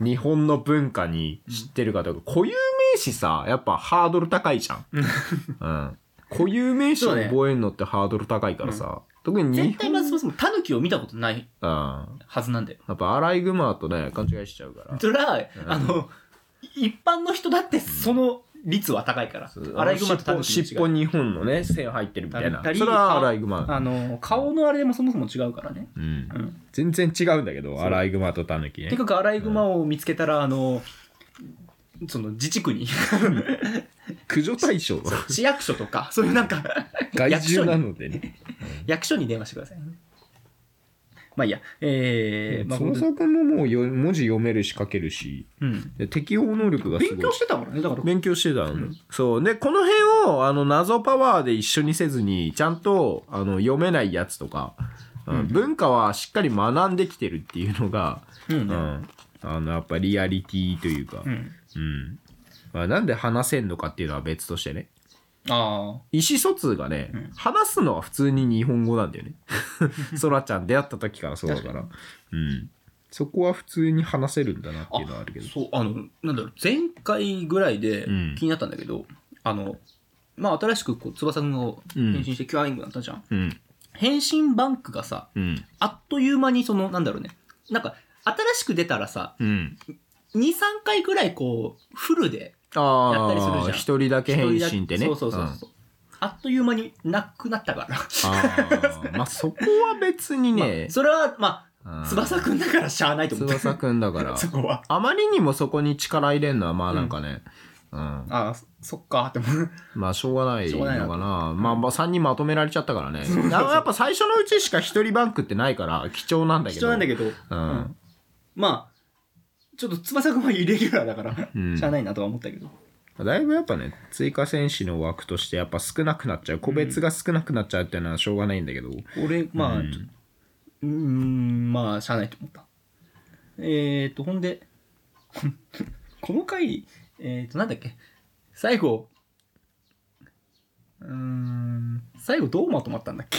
[SPEAKER 2] 日本の文化に知ってるかというか、固有名詞さ、やっぱハードル高いじゃん。うん。固有名詞を
[SPEAKER 1] そうね
[SPEAKER 2] 覚えるのってハードル高いからさ、特に
[SPEAKER 1] 全
[SPEAKER 2] 日
[SPEAKER 1] 体は
[SPEAKER 2] 本
[SPEAKER 1] そうそもタヌキを見たことない
[SPEAKER 2] ああ
[SPEAKER 1] はずなんだよ。
[SPEAKER 2] やっぱアライグマとね勘違いしちゃうから
[SPEAKER 1] それは、
[SPEAKER 2] うん
[SPEAKER 1] あの、一般の人だってその率は高いから
[SPEAKER 2] そう。
[SPEAKER 1] アライグマとタヌキ
[SPEAKER 2] 尻尾
[SPEAKER 1] の違い。
[SPEAKER 2] 2本のね線入ってるみたい
[SPEAKER 1] だ
[SPEAKER 2] な
[SPEAKER 1] ったり
[SPEAKER 2] それはアライグマ、
[SPEAKER 1] あの、顔のあれもそもそも違うからね。
[SPEAKER 2] うん
[SPEAKER 1] う、ん。
[SPEAKER 2] 全然違うんだけど
[SPEAKER 1] そう
[SPEAKER 2] アライグマとタヌキね
[SPEAKER 1] てかくアライグマを見つけたら、あの、その自治区 に
[SPEAKER 2] 駆除対象
[SPEAKER 1] 市役所とかそういうなんか
[SPEAKER 2] 害獣なのでね、
[SPEAKER 1] 役所に電話してくださいねまあいいやえー、まあ
[SPEAKER 2] その作ももうよ文字読めるし書けるし
[SPEAKER 1] うん
[SPEAKER 2] で適応能力がすごい
[SPEAKER 1] 勉強してたもんねだから
[SPEAKER 2] 勉強してたの、
[SPEAKER 1] ん
[SPEAKER 2] そうでこの辺をあの謎パワーで一緒にせずにちゃんとあの読めないやつとか、うん
[SPEAKER 1] うん
[SPEAKER 2] 文化はしっかり学んできてるっていうのが、
[SPEAKER 1] うん
[SPEAKER 2] う
[SPEAKER 1] ね
[SPEAKER 2] ん、あのやっぱリアリティというか、
[SPEAKER 1] うん、
[SPEAKER 2] うんまあ、なんで話せんのかっていうのは別としてね
[SPEAKER 1] あ
[SPEAKER 2] 意思疎通がね、
[SPEAKER 1] うん
[SPEAKER 2] 話すのは普通に日本語なんだ よねそらちゃん出会った時からそうだから
[SPEAKER 1] 確
[SPEAKER 2] うん、そこは普通に話せるんだなっていうのはあるけ
[SPEAKER 1] あ
[SPEAKER 2] ど
[SPEAKER 1] そうあのなんだろう前回ぐらいで
[SPEAKER 2] うん
[SPEAKER 1] 気になったんだけど、あのまあ新しくこう翼くんを変身してキュアイングだったじゃん、
[SPEAKER 2] うん
[SPEAKER 1] 変身バンクがさ
[SPEAKER 2] うん
[SPEAKER 1] あっという間にそのなんだろうねなんか新しく出たらさ
[SPEAKER 2] うん
[SPEAKER 1] 23回ぐらいこうフルで
[SPEAKER 2] ああ
[SPEAKER 1] やったりするじゃん
[SPEAKER 2] 一人だけ変身ってね
[SPEAKER 1] そうそうそうそう、あっという間になくなったから、
[SPEAKER 2] うんあーまあそこは別に
[SPEAKER 1] ま
[SPEAKER 2] ね
[SPEAKER 1] あ、それはま
[SPEAKER 2] う
[SPEAKER 1] あ
[SPEAKER 2] ん
[SPEAKER 1] 翼くんだからしゃあないと思う
[SPEAKER 2] 翼くんだか ら
[SPEAKER 1] そこは
[SPEAKER 2] あまりにもそこに力入れんのはまあなんかね、うん
[SPEAKER 1] ああそそっかって思う
[SPEAKER 2] まあしょうがない
[SPEAKER 1] しょ
[SPEAKER 2] の
[SPEAKER 1] う
[SPEAKER 2] か
[SPEAKER 1] がない
[SPEAKER 2] な
[SPEAKER 1] な
[SPEAKER 2] まあまあ3人まとめられちゃったからねだからやっぱ最初のうちしか一人バンクってないから貴重なんだけ
[SPEAKER 1] 貴
[SPEAKER 2] ど
[SPEAKER 1] 重なんだけど、
[SPEAKER 2] うん
[SPEAKER 1] うんまあちょっと翼くんはイレギュラーだから、
[SPEAKER 2] うん
[SPEAKER 1] しゃあないなとは思ったけど
[SPEAKER 2] だいぶやっぱね追加選手の枠としてやっぱ少なくなっちゃう個別が少なくなっちゃうっていうのはしょうがないんだけど、
[SPEAKER 1] 俺まあ、う
[SPEAKER 2] う
[SPEAKER 1] んん、うーんまあしゃあないと思ったえー、とほんで この回えー、となんだっけ最後うーん最後どうまとまったん だっけ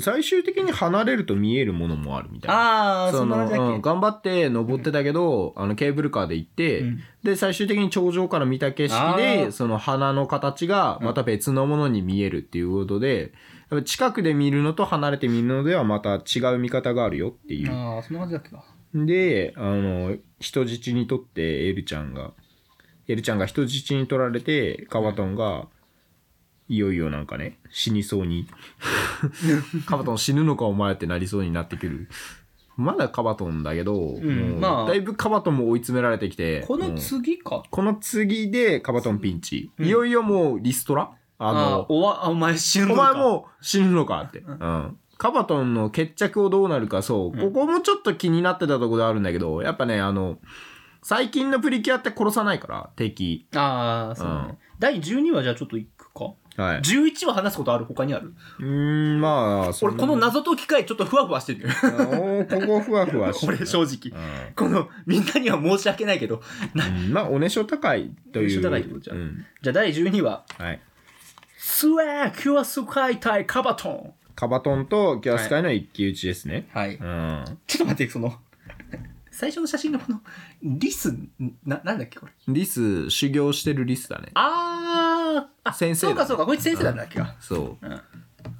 [SPEAKER 2] 最終的に離れると見えるものもあるみたいな
[SPEAKER 1] ああそ
[SPEAKER 2] そ
[SPEAKER 1] んな
[SPEAKER 2] の
[SPEAKER 1] 感じだっけ、
[SPEAKER 2] うん、頑張って登ってたけど、あのケーブルカーで行って、
[SPEAKER 1] うん
[SPEAKER 2] で最終的に頂上から見た景色
[SPEAKER 1] あ
[SPEAKER 2] で
[SPEAKER 1] ー
[SPEAKER 2] その花の形がまた別のものに見えるっていうことで、やっぱ近くで見るのと離れて見るのではまた違う見方があるよっていう。
[SPEAKER 1] ああそんな感じだっけか
[SPEAKER 2] であの人質にとってエルちゃんがエルちゃんが人質に取られてカバトンがいよいよなんかね死にそう にカバトン死ぬのかお前ってなりそうになってくるまだカバトンだけど、
[SPEAKER 1] ん
[SPEAKER 2] もう
[SPEAKER 1] まあ
[SPEAKER 2] だいぶカバトンも追い詰められてきて
[SPEAKER 1] こ
[SPEAKER 2] も
[SPEAKER 1] の
[SPEAKER 2] う
[SPEAKER 1] 次か
[SPEAKER 2] この次でカバトンピンチ、
[SPEAKER 1] うん
[SPEAKER 2] いよいよもうリストラあ
[SPEAKER 1] あ
[SPEAKER 2] の
[SPEAKER 1] あおわあお前死ぬ
[SPEAKER 2] お
[SPEAKER 1] のか
[SPEAKER 2] 前もう死ぬのかって。うん。カバトンの決着をどうなるか、そう。
[SPEAKER 1] う
[SPEAKER 2] こ
[SPEAKER 1] ん
[SPEAKER 2] こもちょっと気になってたところではあるんだけど、やっぱね、あの、最近のプリキュアって殺さないから、敵。
[SPEAKER 1] ああそうだね、第12話じゃあちょっといくか
[SPEAKER 2] はい。
[SPEAKER 1] 11話話すことある他にある
[SPEAKER 2] うーん、まあ、そ
[SPEAKER 1] 俺
[SPEAKER 2] ん
[SPEAKER 1] こ
[SPEAKER 2] な
[SPEAKER 1] の謎解き会ちょっとふわふわしてるよ
[SPEAKER 2] あおーここふわふわして る
[SPEAKER 1] 俺正直
[SPEAKER 2] う
[SPEAKER 1] このみんなには申し訳ないけど
[SPEAKER 2] んうんまあ、おねしょ高いという。
[SPEAKER 1] おねしょ高いってことじゃん
[SPEAKER 2] うん。
[SPEAKER 1] じゃあ第12話
[SPEAKER 2] はい。
[SPEAKER 1] 「スウェーキュアスカイ対カバトン
[SPEAKER 2] カバトンとギャスカイの一騎打ちですね」。
[SPEAKER 1] はい
[SPEAKER 2] うん。
[SPEAKER 1] ちょっと待ってその最初の写真のこのリスななんだっけこれ
[SPEAKER 2] リス、修行してるリスだね。
[SPEAKER 1] あーあ
[SPEAKER 2] 先生
[SPEAKER 1] そ
[SPEAKER 2] だ
[SPEAKER 1] うかそうかこいつ先生なんだっけか
[SPEAKER 2] そう。
[SPEAKER 1] うん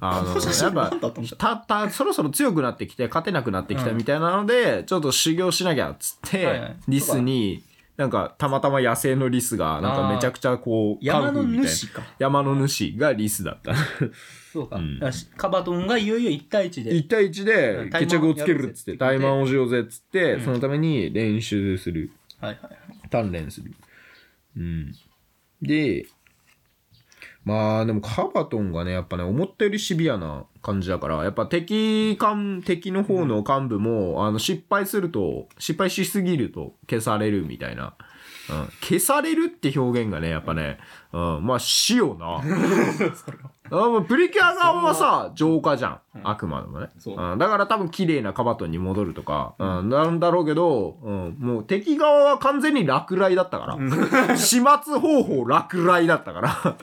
[SPEAKER 2] あ
[SPEAKER 1] この写真
[SPEAKER 2] の、やっ
[SPEAKER 1] 何だ
[SPEAKER 2] ぱ
[SPEAKER 1] ったんだ、
[SPEAKER 2] た、た、そろそろ強くなってきて、勝てなくなってきたみたいなので、ちょっと修行しなきゃっつって、
[SPEAKER 1] はいはい
[SPEAKER 2] リスに、なんか、たまたま野生のリスが、なん
[SPEAKER 1] あ
[SPEAKER 2] か
[SPEAKER 1] ー
[SPEAKER 2] めちゃくちゃこう、
[SPEAKER 1] 山の
[SPEAKER 2] カンフーみたいな
[SPEAKER 1] 主か
[SPEAKER 2] 山の主がリスだった。
[SPEAKER 1] そうか,、
[SPEAKER 2] うん
[SPEAKER 1] カバトンがいよいよ1対1で
[SPEAKER 2] 1対1
[SPEAKER 1] う
[SPEAKER 2] で
[SPEAKER 1] ん
[SPEAKER 2] 決着をつけるっつって、
[SPEAKER 1] タ
[SPEAKER 2] 大
[SPEAKER 1] イマ
[SPEAKER 2] 魔
[SPEAKER 1] ン
[SPEAKER 2] をしようぜっつって、
[SPEAKER 1] ん
[SPEAKER 2] そのために練習する。
[SPEAKER 1] はいはいはい
[SPEAKER 2] 鍛錬する。うん。で、まあでもカバトンがね、やっぱね、思ったよりシビアな感じだから、やっぱ敵幹、敵の方の幹部も、あの、失敗すると、失敗しすぎると消されるみたいな。うん、消されるって表現がね、やっぱね、うん、まあ死よな。あもうプリキュア側はさ、浄化じゃん。
[SPEAKER 1] うん
[SPEAKER 2] 悪魔でもね。
[SPEAKER 1] そうん
[SPEAKER 2] だから多分綺麗なカバトンに戻るとか、うん、なんだろうけど、うん、もう敵側は完全に落雷だったから。始末方法落雷だったから。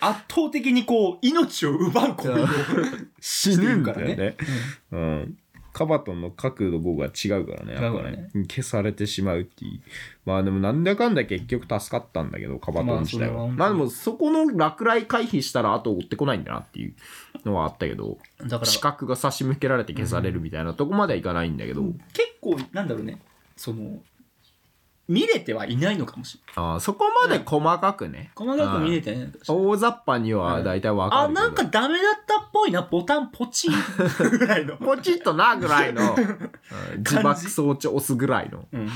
[SPEAKER 1] 圧倒的にこう命を奪う行為を
[SPEAKER 2] 死ぬんだよ
[SPEAKER 1] して
[SPEAKER 2] ね。うん。カバトンの角度5が違うからねやっ
[SPEAKER 1] 違
[SPEAKER 2] ぱ
[SPEAKER 1] うから
[SPEAKER 2] ね
[SPEAKER 1] ね
[SPEAKER 2] 消されてしまうっていうまあでもなんだかんだ結局助かったんだけどカバトン自
[SPEAKER 1] まあそれ
[SPEAKER 2] 体
[SPEAKER 1] は
[SPEAKER 2] は
[SPEAKER 1] 本当に
[SPEAKER 2] まあでもそこの落雷回避したらあと追ってこないんだなっていうのはあったけど
[SPEAKER 1] だから
[SPEAKER 2] 視覚が差し向けられて消されるみたいなとこまではいかないんだけど、
[SPEAKER 1] うん結構なんだろうねその見れてはいないのかもしれない
[SPEAKER 2] あーそこまで細かくね、
[SPEAKER 1] 細かく見れてはいないのかもしれない
[SPEAKER 2] 大雑把には大体わか
[SPEAKER 1] あ
[SPEAKER 2] るけど、
[SPEAKER 1] なんかダメだったっぽいなボタンポ チンぐらいの、
[SPEAKER 2] ポチッとなぐら いのうん自爆装置押すぐらいの
[SPEAKER 1] うん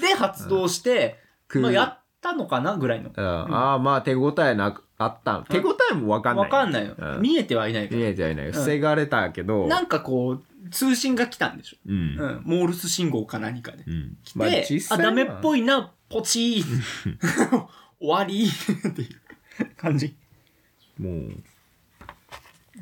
[SPEAKER 1] で発動して、
[SPEAKER 2] 空
[SPEAKER 1] まあ、やったのかなぐらいの
[SPEAKER 2] うんああまあ手応えなくあった手応えもわかんない
[SPEAKER 1] わかんないよ、
[SPEAKER 2] うん
[SPEAKER 1] 見えてはいない
[SPEAKER 2] 見えてはいない
[SPEAKER 1] ん
[SPEAKER 2] 防がれたけど、うん
[SPEAKER 1] なんかこう通信が来たんでしょ、
[SPEAKER 2] うん
[SPEAKER 1] うん、モールス信号か何かで来て、
[SPEAKER 2] まあ
[SPEAKER 1] あ、
[SPEAKER 2] 実際は
[SPEAKER 1] ダメっぽいなポチー 終わりっていう感じ
[SPEAKER 2] もう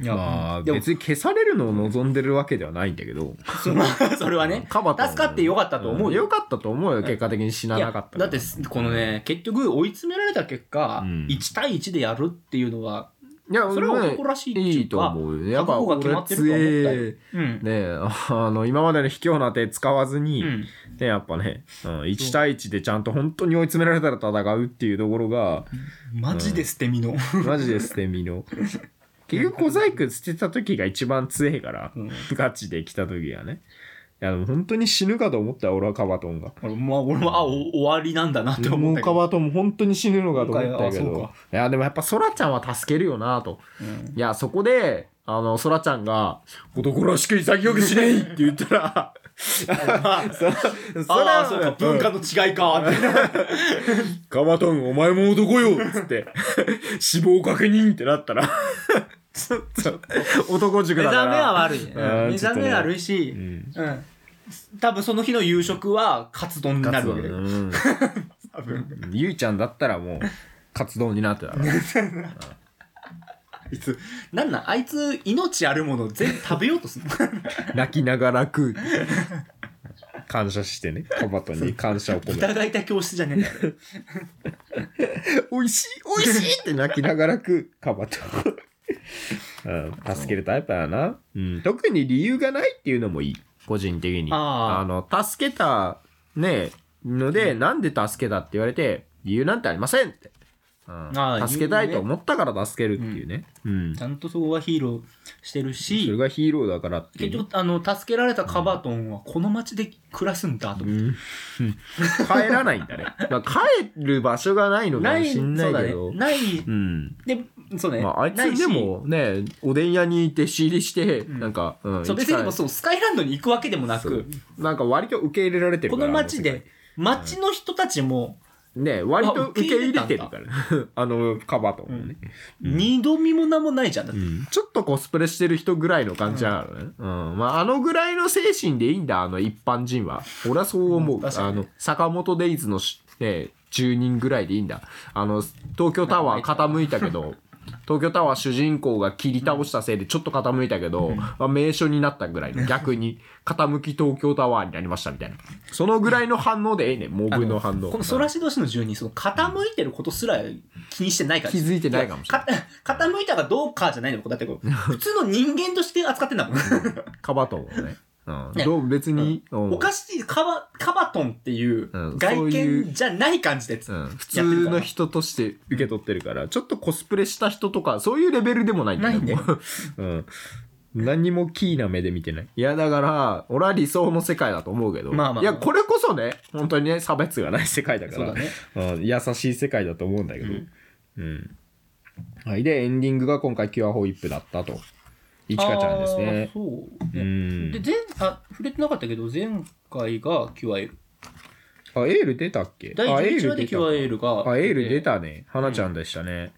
[SPEAKER 1] い
[SPEAKER 2] まあ
[SPEAKER 1] でも
[SPEAKER 2] 別に消されるのを望んでるわけではないんだけど
[SPEAKER 1] そのそれはね
[SPEAKER 2] カバトン
[SPEAKER 1] 助かってよかったと思うよ
[SPEAKER 2] よかったと思うよ結果的に死ないな
[SPEAKER 1] や
[SPEAKER 2] かった
[SPEAKER 1] だってこのね結局追い詰められた結果、
[SPEAKER 2] うん
[SPEAKER 1] 1対1でやるっていうのはい
[SPEAKER 2] や
[SPEAKER 1] それは男らしいって
[SPEAKER 2] い
[SPEAKER 1] いう
[SPEAKER 2] いと
[SPEAKER 1] か
[SPEAKER 2] 思うよやっぱ
[SPEAKER 1] 覚悟が決まってると思ったよ
[SPEAKER 2] 俺強え
[SPEAKER 1] うん
[SPEAKER 2] ねえあの今までの卑怯な手使わずに、
[SPEAKER 1] うん
[SPEAKER 2] ねやっぱね、うん、1対1でちゃんと本当に追い詰められたら戦うっていうところが
[SPEAKER 1] マジで捨て身の、
[SPEAKER 2] マジで捨て 身の結局小細工捨てた時が一番強いから、
[SPEAKER 1] うん
[SPEAKER 2] ガチで来た時がねいやでも本当に死ぬかと思ったよ俺はカバトンが。
[SPEAKER 1] 俺も俺もあお終わりなんだなって思
[SPEAKER 2] も
[SPEAKER 1] っ
[SPEAKER 2] う
[SPEAKER 1] たけ
[SPEAKER 2] カ
[SPEAKER 1] ど、
[SPEAKER 2] バトンも本当に死ぬのかと思ったけ
[SPEAKER 1] 今回は
[SPEAKER 2] どいやでもやっぱソラちゃんは助けるよなと
[SPEAKER 1] うん
[SPEAKER 2] いやそこであのソラちゃんが「男らしく潔くしない!」って言った ら
[SPEAKER 1] あ
[SPEAKER 2] そ
[SPEAKER 1] あーそうか文化
[SPEAKER 2] の
[SPEAKER 1] の違いかって
[SPEAKER 2] カバトンお前も男よっつって死亡確認ってなったらちょっと男塾
[SPEAKER 1] 目
[SPEAKER 2] だか
[SPEAKER 1] 覚
[SPEAKER 2] ら
[SPEAKER 1] めは悪いね
[SPEAKER 2] あー
[SPEAKER 1] 目
[SPEAKER 2] ちょっ
[SPEAKER 1] 覚
[SPEAKER 2] とね
[SPEAKER 1] め悪いし、
[SPEAKER 2] うん
[SPEAKER 1] うん多分その日の夕食はカツ丼になるわけだよ
[SPEAKER 2] うん
[SPEAKER 1] 多分
[SPEAKER 2] ゆいちゃんだったらもうカツ丼になってたから
[SPEAKER 1] あいつなんなんあいつ命あるもの全部食べようと するの
[SPEAKER 2] 泣きながら食う 感謝してねカバトンに感謝を込めて
[SPEAKER 1] 疑いた教室じゃねえんだよ
[SPEAKER 2] 美味しい美味しいって泣きながら食うカバトン、 うん、助けるタイプだな、うん、特に理由がないっていうのもいい個人的に
[SPEAKER 1] あー
[SPEAKER 2] の助けたねので、なんで助けたって言われて理由なんてありませんって、う
[SPEAKER 1] あー
[SPEAKER 2] ん、助けたいと思ったから助けるっていうねうん
[SPEAKER 1] ちゃんとそこはヒーローしてる
[SPEAKER 2] それ
[SPEAKER 1] し
[SPEAKER 2] がヒーローだからっていう
[SPEAKER 1] 結
[SPEAKER 2] ね、
[SPEAKER 1] 局あの助けられたカバトンはこの町で暮らすんだと思って、
[SPEAKER 2] 帰らないんだね、まあ、帰る場所がないのか
[SPEAKER 1] な
[SPEAKER 2] も
[SPEAKER 1] い
[SPEAKER 2] しん
[SPEAKER 1] そ
[SPEAKER 2] な
[SPEAKER 1] う
[SPEAKER 2] い
[SPEAKER 1] だ
[SPEAKER 2] け
[SPEAKER 1] ね
[SPEAKER 2] ど
[SPEAKER 1] ない
[SPEAKER 2] うん
[SPEAKER 1] でそうね、
[SPEAKER 2] まあ、あい
[SPEAKER 1] ない
[SPEAKER 2] つ
[SPEAKER 1] し
[SPEAKER 2] でもねおでん屋に弟子入りして、
[SPEAKER 1] ん
[SPEAKER 2] なんか、うん、
[SPEAKER 1] そう別にもう
[SPEAKER 2] 一か
[SPEAKER 1] そうスカイランドに行くわけでもな
[SPEAKER 2] らそう
[SPEAKER 1] く
[SPEAKER 2] なんか割と受け入れられてる
[SPEAKER 1] こ
[SPEAKER 2] から
[SPEAKER 1] の町
[SPEAKER 2] あ世
[SPEAKER 1] で町の人たちも
[SPEAKER 2] 界ね割と受け入れてるから あのカバトンもね、うん
[SPEAKER 1] 二度見も何もないじゃんだって
[SPEAKER 2] うんちょっとコスプレしてる人ぐらいの感じだからね、うんまあ、あのぐらいの精神でいいんだあの一般人は俺はそう思う、
[SPEAKER 1] うん確かに
[SPEAKER 2] あの坂本デイズのし、ね、10人ぐらいでいいんだあの東京タワー傾いたけど東京タワー主人公が切り倒したせいでちょっと傾いたけど、まあ、名所になったぐらいの逆に傾き東京タワーになりましたみたいなそのぐらいの反応でええねんモブの反応
[SPEAKER 1] このソラシド市の住人その傾いてることすら気にしてないから
[SPEAKER 2] 気づいてないかもしれ
[SPEAKER 1] ない傾いたかどうかじゃないのこれだって こう普通の人間として扱ってんだもん
[SPEAKER 2] カバトンをね,、うん、
[SPEAKER 1] ね
[SPEAKER 2] どう別に、うん
[SPEAKER 1] おかしいカバカバトンっていう
[SPEAKER 2] うんそう
[SPEAKER 1] 外
[SPEAKER 2] いう
[SPEAKER 1] 見じゃない感じでつ
[SPEAKER 2] うん普通の人として受け取ってるから、ちょっとコスプレした人とか、そういうレベルでもないんだよ。
[SPEAKER 1] ないね
[SPEAKER 2] もううん。何にもキーな目で見てない。いや、だから、俺は理想の世界だと思うけど、
[SPEAKER 1] まあまあ
[SPEAKER 2] いや、これこそね、本当にね、差別がない世界だか
[SPEAKER 1] そう
[SPEAKER 2] ら、
[SPEAKER 1] だね
[SPEAKER 2] うん、優しい世界だと思うんだけど、う
[SPEAKER 1] うんん。
[SPEAKER 2] はい。で、エンディングが今回、キュアホイップだったと。いちかちゃんですね
[SPEAKER 1] あー。そう
[SPEAKER 2] う
[SPEAKER 1] ね
[SPEAKER 2] ん
[SPEAKER 1] で。前あ触れてなかったけど前回が QIL
[SPEAKER 2] あ、エール出たっけ
[SPEAKER 1] 第
[SPEAKER 2] あ、エー
[SPEAKER 1] 11話
[SPEAKER 2] ル
[SPEAKER 1] で
[SPEAKER 2] 出たか
[SPEAKER 1] QIL が
[SPEAKER 2] あ、エール出たね。花ちゃんでしたね。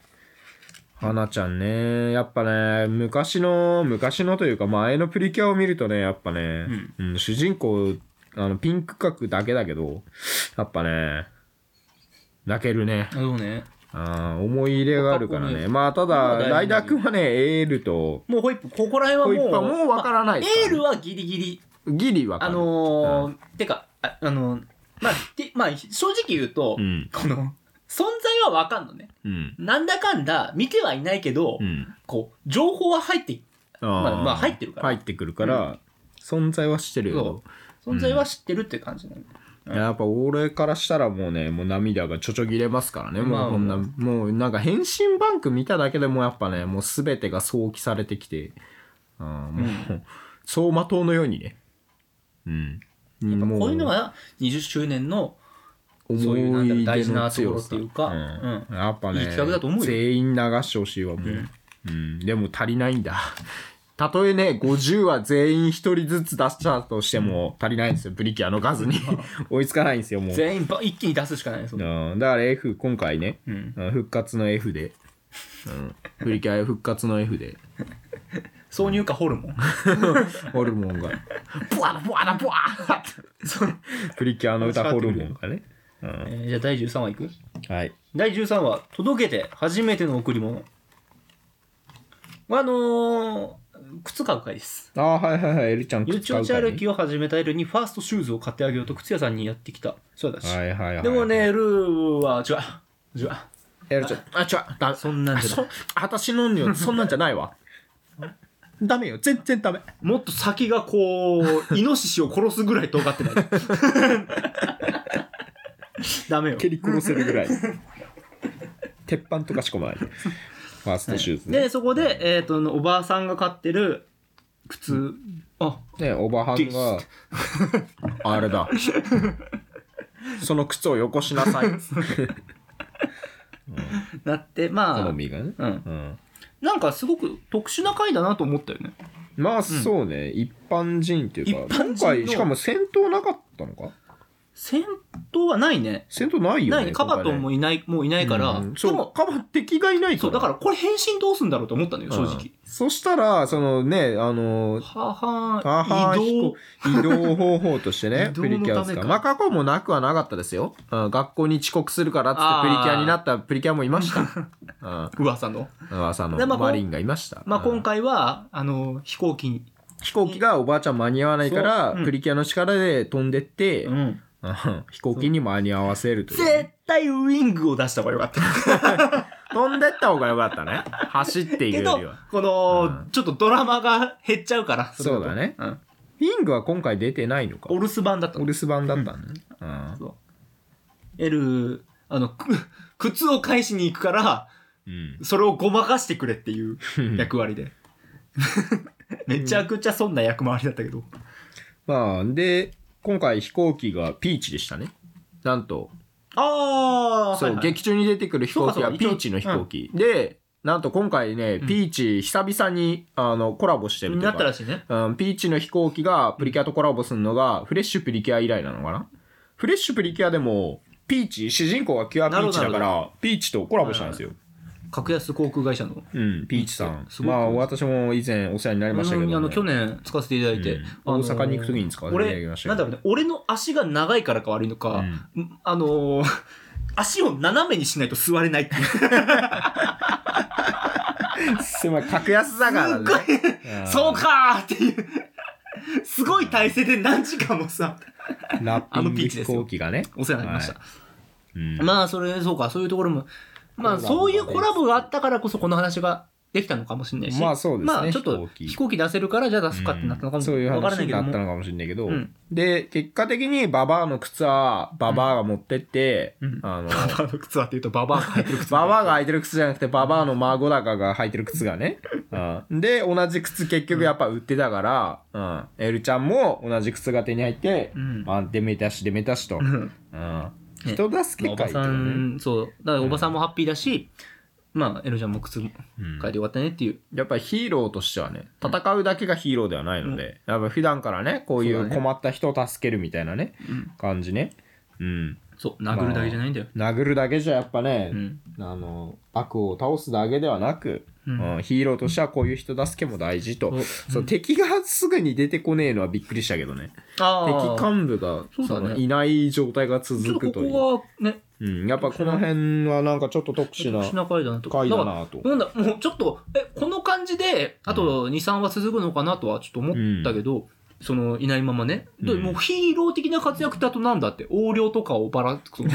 [SPEAKER 2] 花ちゃんね。やっぱね、昔の、昔のというか、前のプリキュアを見るとね、やっぱね、うん主人公、あの、ピンク角だけだけど、やっぱね、泣けるね
[SPEAKER 1] あ。そうね
[SPEAKER 2] あー思い入れがあるからね。
[SPEAKER 1] 男
[SPEAKER 2] まあ、ただ、
[SPEAKER 1] 女が大事
[SPEAKER 2] ライダー君はね、エールと、
[SPEAKER 1] もうホイップここら辺は
[SPEAKER 2] ホ
[SPEAKER 1] も
[SPEAKER 2] イ
[SPEAKER 1] う
[SPEAKER 2] ップはもうわからない
[SPEAKER 1] エ
[SPEAKER 2] ですから
[SPEAKER 1] ールはギリギリ
[SPEAKER 2] ギリわか
[SPEAKER 1] あ
[SPEAKER 2] る。
[SPEAKER 1] のーてかあ、あのーまあ、てまあ、正直言うと、
[SPEAKER 2] うん。
[SPEAKER 1] この、存在はわかんのね。
[SPEAKER 2] うん。
[SPEAKER 1] なんだかんだ、見てはいないけど、
[SPEAKER 2] うん。
[SPEAKER 1] こう、情報は入って、
[SPEAKER 2] あー
[SPEAKER 1] まあまあ入ってるから
[SPEAKER 2] 入ってくるから、存在はしてるよ
[SPEAKER 1] そ。存在は知ってるって感じなの、うん
[SPEAKER 2] やっぱ俺からしたらもうね、もう涙がちょちょぎれますからね。
[SPEAKER 1] ま
[SPEAKER 2] も
[SPEAKER 1] あ
[SPEAKER 2] うこんな、もうなんか返信バンク見ただけでもやっぱね、もう全てが想起されてきて、うん、もう、走馬灯のようにね。うん。や
[SPEAKER 1] やっぱこういうのが20周年のそういう
[SPEAKER 2] 思
[SPEAKER 1] なんだろう
[SPEAKER 2] い
[SPEAKER 1] 大事
[SPEAKER 2] 出の
[SPEAKER 1] なとこ
[SPEAKER 2] 強
[SPEAKER 1] ろ
[SPEAKER 2] さ
[SPEAKER 1] っていうか
[SPEAKER 2] ん
[SPEAKER 1] うん
[SPEAKER 2] やっぱね
[SPEAKER 1] いい企画だと思うよ
[SPEAKER 2] 全員流してほしいわもう、うんでも足りないんだ たとえね50は全員1人ずつ出したとしても足りないんですよブリキアの数に 追いつかないんですよもう
[SPEAKER 1] 全員ば一気に出すしかないですもん
[SPEAKER 2] うん、だから F 今回ね、
[SPEAKER 1] うん
[SPEAKER 2] うん復活の F で、うん、ブリキア復活の F で
[SPEAKER 1] 挿入歌ホルモン
[SPEAKER 2] ホルモンが「ブワだブワだブワだ」ブリキアの歌ホルモンがね、うん
[SPEAKER 1] えーじゃあ第13話いく
[SPEAKER 2] はい
[SPEAKER 1] 第13話「届けて初めての贈り物」あのー靴買う回です
[SPEAKER 2] ああはいはいはいエルちゃん
[SPEAKER 1] ゆる
[SPEAKER 2] 靴
[SPEAKER 1] ち
[SPEAKER 2] 買
[SPEAKER 1] ょ
[SPEAKER 2] う
[SPEAKER 1] ち
[SPEAKER 2] からね
[SPEAKER 1] 歩きを始めたエルにファーストシューズを買ってあげようと靴屋さんにやってきたそうだし、
[SPEAKER 2] はいはいはい
[SPEAKER 1] でもねルーは違う違う
[SPEAKER 2] やるちゃんあ、ちょ、だ、
[SPEAKER 1] そんなんじゃない
[SPEAKER 2] あそ私のにはそんなんじゃないわ。ダメよ、全然ダメ。
[SPEAKER 1] もっと先がこう、イノシシを殺すぐらい尖 ってない。ダメよ。
[SPEAKER 2] 蹴り殺せるぐらい。鉄板とかしかもない。ファーストシューズね。
[SPEAKER 1] で、そこで、えっ、と、おばあさんが買ってる靴、あ、
[SPEAKER 2] ね、おばはんが、あれだ。その靴をよこしな さい。
[SPEAKER 1] なって、ま
[SPEAKER 2] 好
[SPEAKER 1] あ、
[SPEAKER 2] みがね。
[SPEAKER 1] うん。
[SPEAKER 2] うん。
[SPEAKER 1] なんかすごく特殊な回だなと思ったよね。
[SPEAKER 2] まあ、そうね、一般人っていう
[SPEAKER 1] 一
[SPEAKER 2] か、
[SPEAKER 1] 般人の
[SPEAKER 2] 今回、しかも戦闘なかったのか
[SPEAKER 1] 戦闘はないね。
[SPEAKER 2] 戦闘ないよね。
[SPEAKER 1] ないね。カバトンも
[SPEAKER 2] い
[SPEAKER 1] いない、もういないから。
[SPEAKER 2] そ
[SPEAKER 1] で
[SPEAKER 2] う、
[SPEAKER 1] も、
[SPEAKER 2] カバ、敵がいないから。
[SPEAKER 1] そう、だからこれ変身どうすんだろうと思ったのよ、正
[SPEAKER 2] う
[SPEAKER 1] 直
[SPEAKER 2] ん。そしたら、そのね、あの、
[SPEAKER 1] はは
[SPEAKER 2] あは
[SPEAKER 1] 移動
[SPEAKER 2] ー。移動方法としてね
[SPEAKER 1] 、移動のためか
[SPEAKER 2] プリキュアですから。まあ、過去もなくはなかったですよ。うん、学校に遅刻するからっつ
[SPEAKER 1] あー
[SPEAKER 2] ってプリキュアになったプリキュアもいました。うん
[SPEAKER 1] 噂の。
[SPEAKER 2] 噂の
[SPEAKER 1] でまあこう
[SPEAKER 2] マリンがいました。
[SPEAKER 1] まあ、
[SPEAKER 2] うん
[SPEAKER 1] 今回は、あの、飛行機に。
[SPEAKER 2] 飛行機がおばあちゃん間に合わないから、
[SPEAKER 1] そううん
[SPEAKER 2] プリキュアの力で飛んで って、
[SPEAKER 1] うん。
[SPEAKER 2] うん飛行機に間に合わせるというね、
[SPEAKER 1] 絶対ウイングを出した方がよかった。
[SPEAKER 2] 飛んでった方がよかった ね。走ってい
[SPEAKER 1] け
[SPEAKER 2] くよ
[SPEAKER 1] ど
[SPEAKER 2] りは。、
[SPEAKER 1] こ
[SPEAKER 2] う
[SPEAKER 1] の、ちょっとドラマが減っちゃうから。れと
[SPEAKER 2] そうだね
[SPEAKER 1] うん。
[SPEAKER 2] ウィングは今回出てないのか
[SPEAKER 1] お。留守番だった
[SPEAKER 2] お
[SPEAKER 1] の。
[SPEAKER 2] 留守番だったんだね。うん
[SPEAKER 1] そう。エル、あの、く靴を返しに行くから、
[SPEAKER 2] うん
[SPEAKER 1] それをごまかしてくれっていう 役割で。めちゃくちゃそんな役回りだったけど。
[SPEAKER 2] まあ、で、今回飛行機がピーチでしたね。なんと、
[SPEAKER 1] ああ、
[SPEAKER 2] そう、
[SPEAKER 1] はいはい
[SPEAKER 2] 劇中に出てくる飛行機
[SPEAKER 1] そうかそ
[SPEAKER 2] が
[SPEAKER 1] うか
[SPEAKER 2] ピーチの飛行機。で、なんと今回ね、
[SPEAKER 1] うん
[SPEAKER 2] ピーチ久々にあのコラボしてる
[SPEAKER 1] に
[SPEAKER 2] とい
[SPEAKER 1] な
[SPEAKER 2] う
[SPEAKER 1] ったら
[SPEAKER 2] か、
[SPEAKER 1] しいね。
[SPEAKER 2] うん、ピーチの飛行機がプリキュアとコラボするのが、フレッシュプリキュア以来なのかなフレッシュプリキュアでも、ピーチ、主人公がキュアピーチだ
[SPEAKER 1] な
[SPEAKER 2] か
[SPEAKER 1] るほ
[SPEAKER 2] ら、ピーチとコラボしたんですよ。
[SPEAKER 1] 格安航空会社の。
[SPEAKER 2] うん、ピーチさん
[SPEAKER 1] す。ごい
[SPEAKER 2] まあ、私も以前お世話になりましたけど、
[SPEAKER 1] うん
[SPEAKER 2] ね。
[SPEAKER 1] あの、去年使わせていただいて
[SPEAKER 2] うん。
[SPEAKER 1] あの
[SPEAKER 2] 大阪に行く時に使わせていただきました
[SPEAKER 1] 俺、な
[SPEAKER 2] けど
[SPEAKER 1] んだろうね、俺の足が長いからか悪いのか、んあのー 足を斜めにしないと座れないっていう。
[SPEAKER 2] すごい、格安だからね。ん
[SPEAKER 1] そうかーっていう。すごい体勢で何時間もさ、
[SPEAKER 2] ラッピン
[SPEAKER 1] あのピ
[SPEAKER 2] グ
[SPEAKER 1] ーチ
[SPEAKER 2] 飛
[SPEAKER 1] ですよ
[SPEAKER 2] 行機がね。
[SPEAKER 1] お世話になりました。
[SPEAKER 2] うん
[SPEAKER 1] まあ、それ、そうか、そういうところも、まあ、
[SPEAKER 2] コラボがね
[SPEAKER 1] そういうコラボがあったからこそこの話ができたのかもしれないし、
[SPEAKER 2] まあそうですね
[SPEAKER 1] まあ、ちょっ
[SPEAKER 2] 飛行
[SPEAKER 1] と
[SPEAKER 2] 機
[SPEAKER 1] 飛行機出せるから、じゃあ出すかってなったのかも、
[SPEAKER 2] そういう
[SPEAKER 1] わから
[SPEAKER 2] 話
[SPEAKER 1] ない
[SPEAKER 2] に
[SPEAKER 1] け
[SPEAKER 2] な
[SPEAKER 1] ど
[SPEAKER 2] った
[SPEAKER 1] も。
[SPEAKER 2] のかもしれないけど、
[SPEAKER 1] うん
[SPEAKER 2] で結果的にババアの靴はババアが持ってって、
[SPEAKER 1] うん
[SPEAKER 2] あの
[SPEAKER 1] ババアの靴はっていうと、ババアが履いてる靴。
[SPEAKER 2] ババアが履いてる靴じゃなくてババアの孫だかが履いてる靴がね、うん、で同じ靴結局やっぱ売ってたから、うん、エルちゃんも同じ靴が手に入って、
[SPEAKER 1] うん
[SPEAKER 2] まあ、デメタシデメタシ と、
[SPEAKER 1] うん
[SPEAKER 2] うん、
[SPEAKER 1] ね
[SPEAKER 2] 人助
[SPEAKER 1] まあ
[SPEAKER 2] け
[SPEAKER 1] おば
[SPEAKER 2] かいけど
[SPEAKER 1] さ
[SPEAKER 2] ね、
[SPEAKER 1] ん、そう。だからおばさんもハッピーだし、まあ、エロちゃんも靴も
[SPEAKER 2] うん
[SPEAKER 1] 変えてよかったねっていう。
[SPEAKER 2] やっぱりヒーローとしてはね戦うだけがヒーローではないので、やっぱ普段からねこうい
[SPEAKER 1] そう
[SPEAKER 2] う
[SPEAKER 1] だね
[SPEAKER 2] 困った人を助けるみたいなね
[SPEAKER 1] うん
[SPEAKER 2] 感じねうん
[SPEAKER 1] そう、殴るだけじゃないんだよ。
[SPEAKER 2] 殴るだけじゃやっぱね、
[SPEAKER 1] うん。
[SPEAKER 2] あの悪を倒すだけではなく、
[SPEAKER 1] うん
[SPEAKER 2] うんヒーローとしてはこういう人助けも大事と、
[SPEAKER 1] そう
[SPEAKER 2] そう敵がすぐに出てこねえのはびっくりしたけどね
[SPEAKER 1] あ
[SPEAKER 2] 敵
[SPEAKER 1] ー
[SPEAKER 2] 幹部が
[SPEAKER 1] そうだね
[SPEAKER 2] のいない状態が
[SPEAKER 1] ちょ
[SPEAKER 2] 続
[SPEAKER 1] っと
[SPEAKER 2] くという
[SPEAKER 1] ここはね、
[SPEAKER 2] うん、やっぱこの辺はなんかちょっと特殊
[SPEAKER 1] 特
[SPEAKER 2] な
[SPEAKER 1] 殊な回だなと。
[SPEAKER 2] 回だなと
[SPEAKER 1] だからなんだ、もうちょっと、え、この感じで、あと2、3は続くのかなとはちょっと思ったけど、その、いないままね。で
[SPEAKER 2] うん
[SPEAKER 1] もうヒーロー的な活躍だとなんだって、横領とかをばら、 その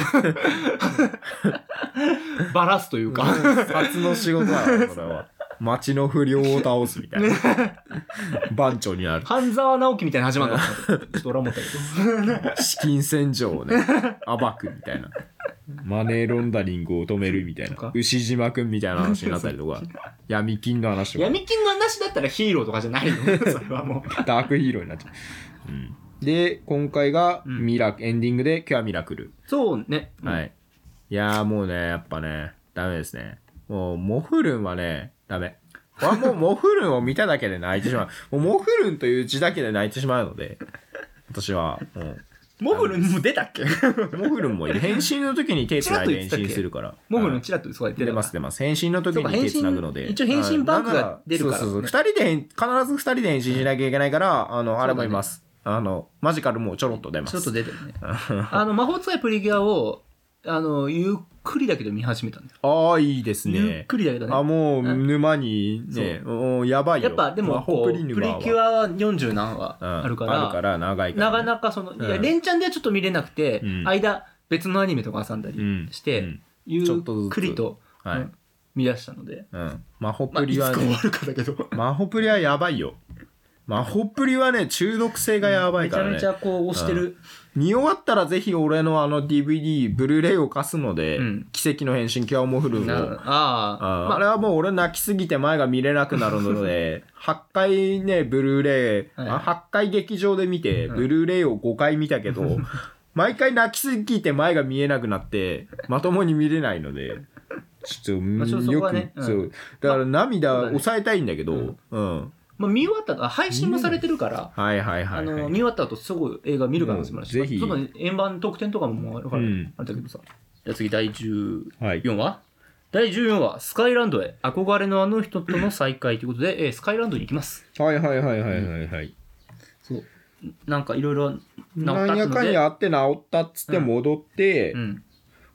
[SPEAKER 1] ばらすというか、
[SPEAKER 2] 初の仕事だなこれは町の不良を倒すみたいな。番長になる。
[SPEAKER 1] 半沢直樹みたいなの始まるのかなとちょっと俺は思ったけ
[SPEAKER 2] 資金洗浄をね、暴くみたいな。マネーロンダリングを止めるみたい
[SPEAKER 1] とか
[SPEAKER 2] な。牛島くんみたいな話になったりと か、闇金の話と
[SPEAKER 1] ど。
[SPEAKER 2] か、
[SPEAKER 1] 闇金の話だったらヒーローとかじゃないよ。それはも
[SPEAKER 2] ダークヒーローになっちゃう。うんで、今回が
[SPEAKER 1] うん
[SPEAKER 2] ミラ、エンディングで今日はミラクル。
[SPEAKER 1] う。そうね。
[SPEAKER 2] は。い。いやーもうね、やっぱね、ダメですね。もう、モフルンはね、ダメ。俺はもうモフルンを見ただけで泣いてしまう。もうモフルンという字だけで泣いてしまうので、私は、う
[SPEAKER 1] モフルンも出たっけ
[SPEAKER 2] ん、モフルンもいる。変身の時に手つないで変身するから。
[SPEAKER 1] モフル
[SPEAKER 2] は
[SPEAKER 1] ン
[SPEAKER 2] い
[SPEAKER 1] チラッとそうやって
[SPEAKER 2] 出
[SPEAKER 1] る
[SPEAKER 2] ます出ます。変身の時に手つなぐので。
[SPEAKER 1] そうか変身一応変身バンクが出るから
[SPEAKER 2] はいなんなそうそうそう。二人で変、必ず二人で変身しなきゃいけないから、あの、あれもいます。あの、マジカルもちょろっと出ます。
[SPEAKER 1] ちょっと出て るね。あの、魔法使いプリキュアを、あの、ゆっくりだけど見始めたんだよ。
[SPEAKER 2] ああ、いいですね。
[SPEAKER 1] ゆっくりだけどね。
[SPEAKER 2] あもう
[SPEAKER 1] うん
[SPEAKER 2] 沼にね、うんやばいよ
[SPEAKER 1] やっぱで
[SPEAKER 2] ま
[SPEAKER 1] も
[SPEAKER 2] あ
[SPEAKER 1] こ
[SPEAKER 2] ホ
[SPEAKER 1] う
[SPEAKER 2] プリ
[SPEAKER 1] プ
[SPEAKER 2] 沼
[SPEAKER 1] リ
[SPEAKER 2] は
[SPEAKER 1] キュアは40何話
[SPEAKER 2] うん
[SPEAKER 1] あるか、
[SPEAKER 2] あるからら長いから
[SPEAKER 1] な
[SPEAKER 2] ね、
[SPEAKER 1] かなかその、いや、
[SPEAKER 2] うん
[SPEAKER 1] 連チャンではちょっと見れなくて、
[SPEAKER 2] うん
[SPEAKER 1] 間、別のアニメとか挟んだ
[SPEAKER 2] う
[SPEAKER 1] り
[SPEAKER 2] ん
[SPEAKER 1] して、
[SPEAKER 2] うん
[SPEAKER 1] ゆ
[SPEAKER 2] ちょっとず
[SPEAKER 1] っ
[SPEAKER 2] つ
[SPEAKER 1] くりと、
[SPEAKER 2] はい
[SPEAKER 1] うん見出したので、
[SPEAKER 2] うん、マホ
[SPEAKER 1] まあ、
[SPEAKER 2] プ
[SPEAKER 1] いつ
[SPEAKER 2] リ
[SPEAKER 1] か
[SPEAKER 2] は
[SPEAKER 1] 終
[SPEAKER 2] ね
[SPEAKER 1] わるかだけど、
[SPEAKER 2] マホプリはやばいよマホプリはね中毒性がやばい
[SPEAKER 1] めち
[SPEAKER 2] か
[SPEAKER 1] ゃ
[SPEAKER 2] らね、
[SPEAKER 1] めちゃこう押してる、
[SPEAKER 2] 見終わったらぜひ俺のあの DVD ブルーレイを貸すので、
[SPEAKER 1] うん
[SPEAKER 2] 奇跡の変身キュアモフルン
[SPEAKER 1] な
[SPEAKER 2] を
[SPEAKER 1] ああ
[SPEAKER 2] あ
[SPEAKER 1] ま
[SPEAKER 2] あれはもう俺泣きすぎて前が見れなくなるの で8回ねブルーレイ、
[SPEAKER 1] はい
[SPEAKER 2] あ8回劇場で見て
[SPEAKER 1] うん
[SPEAKER 2] ブルーレイを5回見た けど、毎回泣きすぎて前が見えなくなってまともに見れないのでちょっと、
[SPEAKER 1] まあちょっとそ
[SPEAKER 2] よ
[SPEAKER 1] こは
[SPEAKER 2] く、
[SPEAKER 1] ねうん
[SPEAKER 2] そうだから涙
[SPEAKER 1] まあそうだね
[SPEAKER 2] 抑えたいんだけど、
[SPEAKER 1] うん
[SPEAKER 2] うん
[SPEAKER 1] まあ、見終わったあ配信もされてるから、
[SPEAKER 2] はいはいは
[SPEAKER 1] あ
[SPEAKER 2] い、はい
[SPEAKER 1] の見終わった後すぐ映画見る可能性もあるし、
[SPEAKER 2] うんぜひ
[SPEAKER 1] まあちょっと円盤特典とかももうあるから、
[SPEAKER 2] うん
[SPEAKER 1] あれだけどさじゃあ次第10
[SPEAKER 2] はい
[SPEAKER 1] 4話第14話「スカイランドへ憧れのあの人との再会」ということで、えースカイランドに行きます
[SPEAKER 2] はいはいはいはいはいはい
[SPEAKER 1] そうなんかいろいろ治った
[SPEAKER 2] なんや
[SPEAKER 1] の
[SPEAKER 2] かん
[SPEAKER 1] で
[SPEAKER 2] やあって治ったっつって戻って、
[SPEAKER 1] うん、